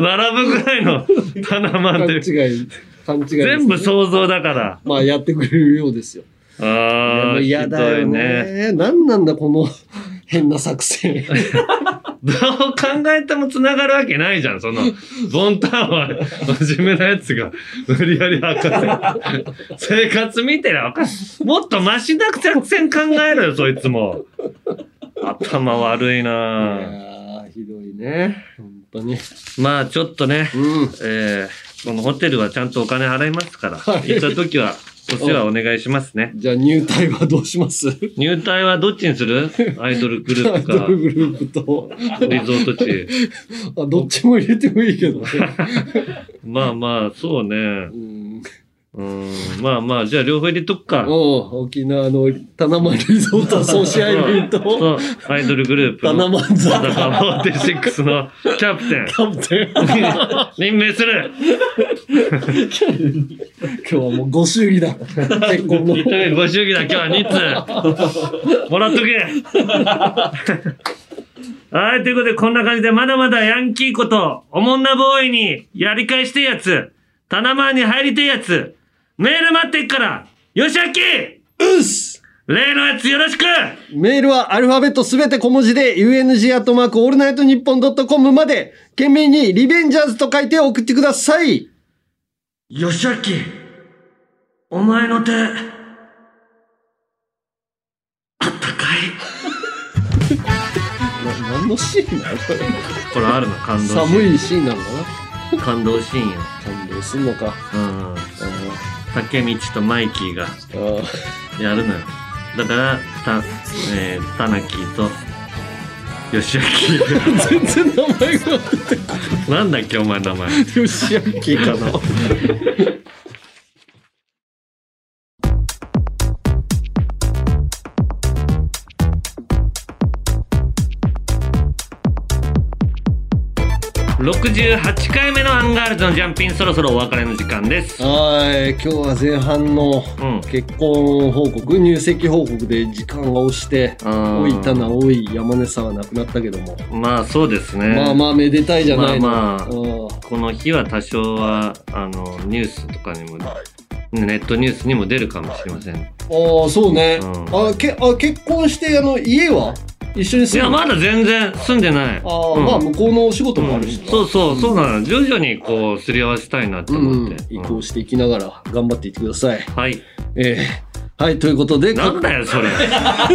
Speaker 1: 並ぶぐらいのタナマンっていう。
Speaker 2: 違い、勘違いですね
Speaker 1: 全部想像だから。
Speaker 2: まあやってくれるようですよ。
Speaker 1: ああ、ひ
Speaker 2: 嫌だ
Speaker 1: ど
Speaker 2: よ
Speaker 1: いね。
Speaker 2: ね。何なんだこの変な
Speaker 1: <laughs>
Speaker 2: 作戦。
Speaker 1: どう考えても繋がるわけないじゃん、その、
Speaker 2: <laughs>
Speaker 1: ボンタンは、真面目なやつが、無理やりかせ生
Speaker 2: <laughs>
Speaker 1: 活見てりゃわかんもっとマシな作戦考えろよ、そいつも。頭悪いなぁ。
Speaker 2: ひどいね。本当に。
Speaker 1: まあ、ちょっとね、えーこのホテルはちゃんとお金払いますから、
Speaker 2: はい
Speaker 1: 行った時は、お世話お願いしますね。
Speaker 2: じゃあ入隊はどうします
Speaker 1: 入隊はどっちにするアイドルグループ
Speaker 2: アイド
Speaker 1: か
Speaker 2: ル、グループと。
Speaker 1: リゾート地。
Speaker 2: あどっちも入れてもいいけどね。
Speaker 1: まあまあ、そうね。うん。まあまあ、じゃあ両方入れとくか。
Speaker 2: 沖縄のタナマンリゾート総支配人と、
Speaker 1: と、アイドルグループの。
Speaker 2: タナマンザ
Speaker 1: 小高46のキャプテン。キ
Speaker 2: ャプテ
Speaker 1: ン。任命する
Speaker 2: 今日はもうご祝儀だ。結婚の。
Speaker 1: 一人ご祝儀だ、今日は2通。もらっとけはい、ということでこんな感じでまだまだヤンキーこと、おもんなボーイにやり返してえやつ、タナマンに入りてえやつ、メール待ってっから、よしあき
Speaker 2: うっす
Speaker 1: 例のやつよろしく
Speaker 2: メールはアルファベットすべて小文字で、UNG アットマークオールナイトニッポンドットコムまで、懸命にリベンジャーズと書いて送ってください。
Speaker 1: よしあき、お前の手、あったか
Speaker 2: い何のシーンだよ、これ。
Speaker 1: これあるの感動シーン
Speaker 2: 寒いシーンなのか
Speaker 1: 感動シーンや。
Speaker 2: な感動すんのか。
Speaker 1: うん。竹道とマイキーが、やるのよ。だから、た、えー、タナキーと、吉明全然名前が <laughs> なんだっけお前名前
Speaker 2: 吉明かな
Speaker 1: 68回目のアンガールズのジャンピンそろそろお別れの時間です
Speaker 2: はい今日は前半の結婚報告、入籍報告で時間が押して老いたな多い山根さんは亡くなったけども、
Speaker 1: まあそうですね
Speaker 2: まあまあめでたいじゃないの、
Speaker 1: まあまあこの日は多少はあのニュースとかにも、ネットニュースにも出るかもしれません、
Speaker 2: ああそうね、あけあ結婚してあの家は一緒に
Speaker 1: い
Speaker 2: 住
Speaker 1: や
Speaker 2: む
Speaker 1: まだ全然住んでない
Speaker 2: ああ、まあ向こうのお仕事もあるし、
Speaker 1: そうそうそうなの徐々にこうすり合わせたいなって思って、
Speaker 2: 移行していきながら頑張っていってください
Speaker 1: はい
Speaker 2: ええはいということで
Speaker 1: なんだよ
Speaker 2: <laughs>
Speaker 1: それ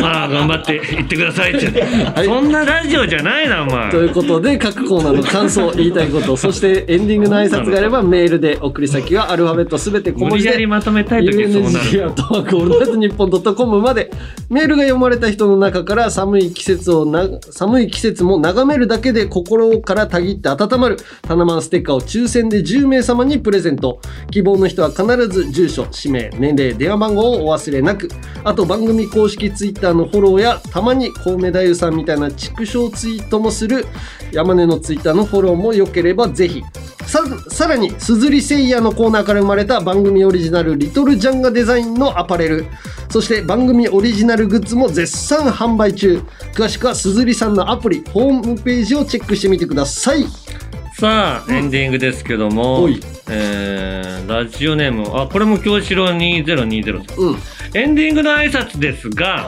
Speaker 1: まあ頑張って行ってくださいって、そんなラジオじゃないなお前
Speaker 2: ということで各コーナーの感想言いたい
Speaker 1: <laughs>
Speaker 2: ことそしてエンディングの挨拶があればメールで送り先はアルファベットすべて小文字で
Speaker 1: 無理やりまとめたい時はそうなる
Speaker 2: UNG アットマークオールナイトニッポンドットコムまでメールが読まれた人の中から寒い季節をな寒い季節も眺めるだけで心からたぎって温まるタナマンステッカーを抽選で10名様にプレゼント希望の人は必ず住所氏名年齢電話番号をお忘れなくあと番組公式ツイッターのフォローやたまにコウメ太夫さんみたいな畜生ツイートもする山根のツイッターのフォローも良ければぜひささらに「すずりせいや」のコーナーから生まれた番組オリジナル「リトルジャンガデザイン」のアパレルそして番組オリジナルグッズも絶賛販売中詳しくはすずりさんのアプリホームページをチェックしてみてください
Speaker 1: さあエンディングですけども、えーラジオネームあこれも京志郎2020さん、エンディングの挨拶ですが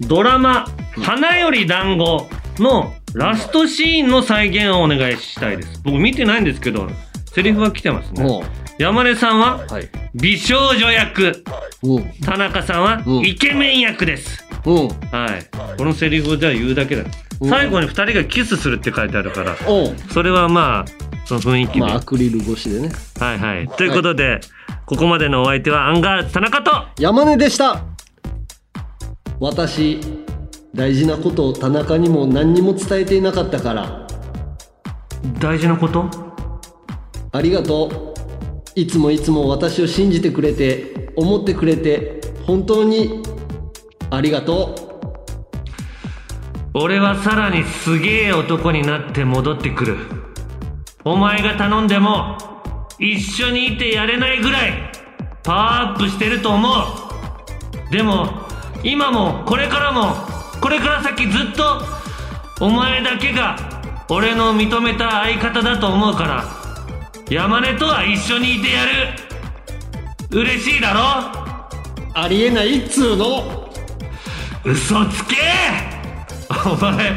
Speaker 1: ドラマ「花より団子のラストシーンの再現をお願いしたいです僕見てないんですけどセリフは来てますね山根さんは美少女役、田中さんはイケメン役です、はい、このセリフをじゃあ言うだけだ、最後に2人がキスするって書いてあるからそれはまあその雰囲気で、
Speaker 2: まあアクリル越しでね
Speaker 1: はいはいということで、ここまでのお相手はアンガールズ田中と
Speaker 2: 山根でした私大事なことを田中にも何にも伝えていなかったから
Speaker 1: 大事なこと
Speaker 2: ありがとういつもいつも私を信じてくれて思ってくれて本当にありがと
Speaker 1: 俺はさらにすげえ男になって戻ってくるお前が頼んでも一緒にいてやれないぐらいパワーアップしてると思うでも今もこれからもこれから先ずっとお前だけが俺の認めた相方だと思うから山根とは一緒にいてやる嬉しいだろ
Speaker 2: ありえないっつうの
Speaker 1: 嘘つけ <laughs> お前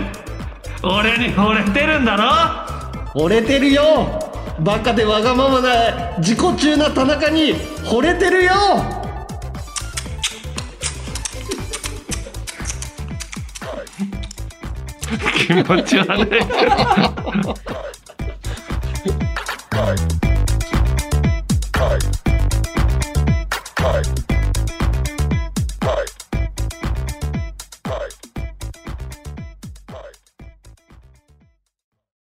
Speaker 1: 俺に惚れてるんだろ <laughs>
Speaker 2: 惚れてるよバカでわがままな自己中な田中に惚れてるよ
Speaker 1: 気持ち悪い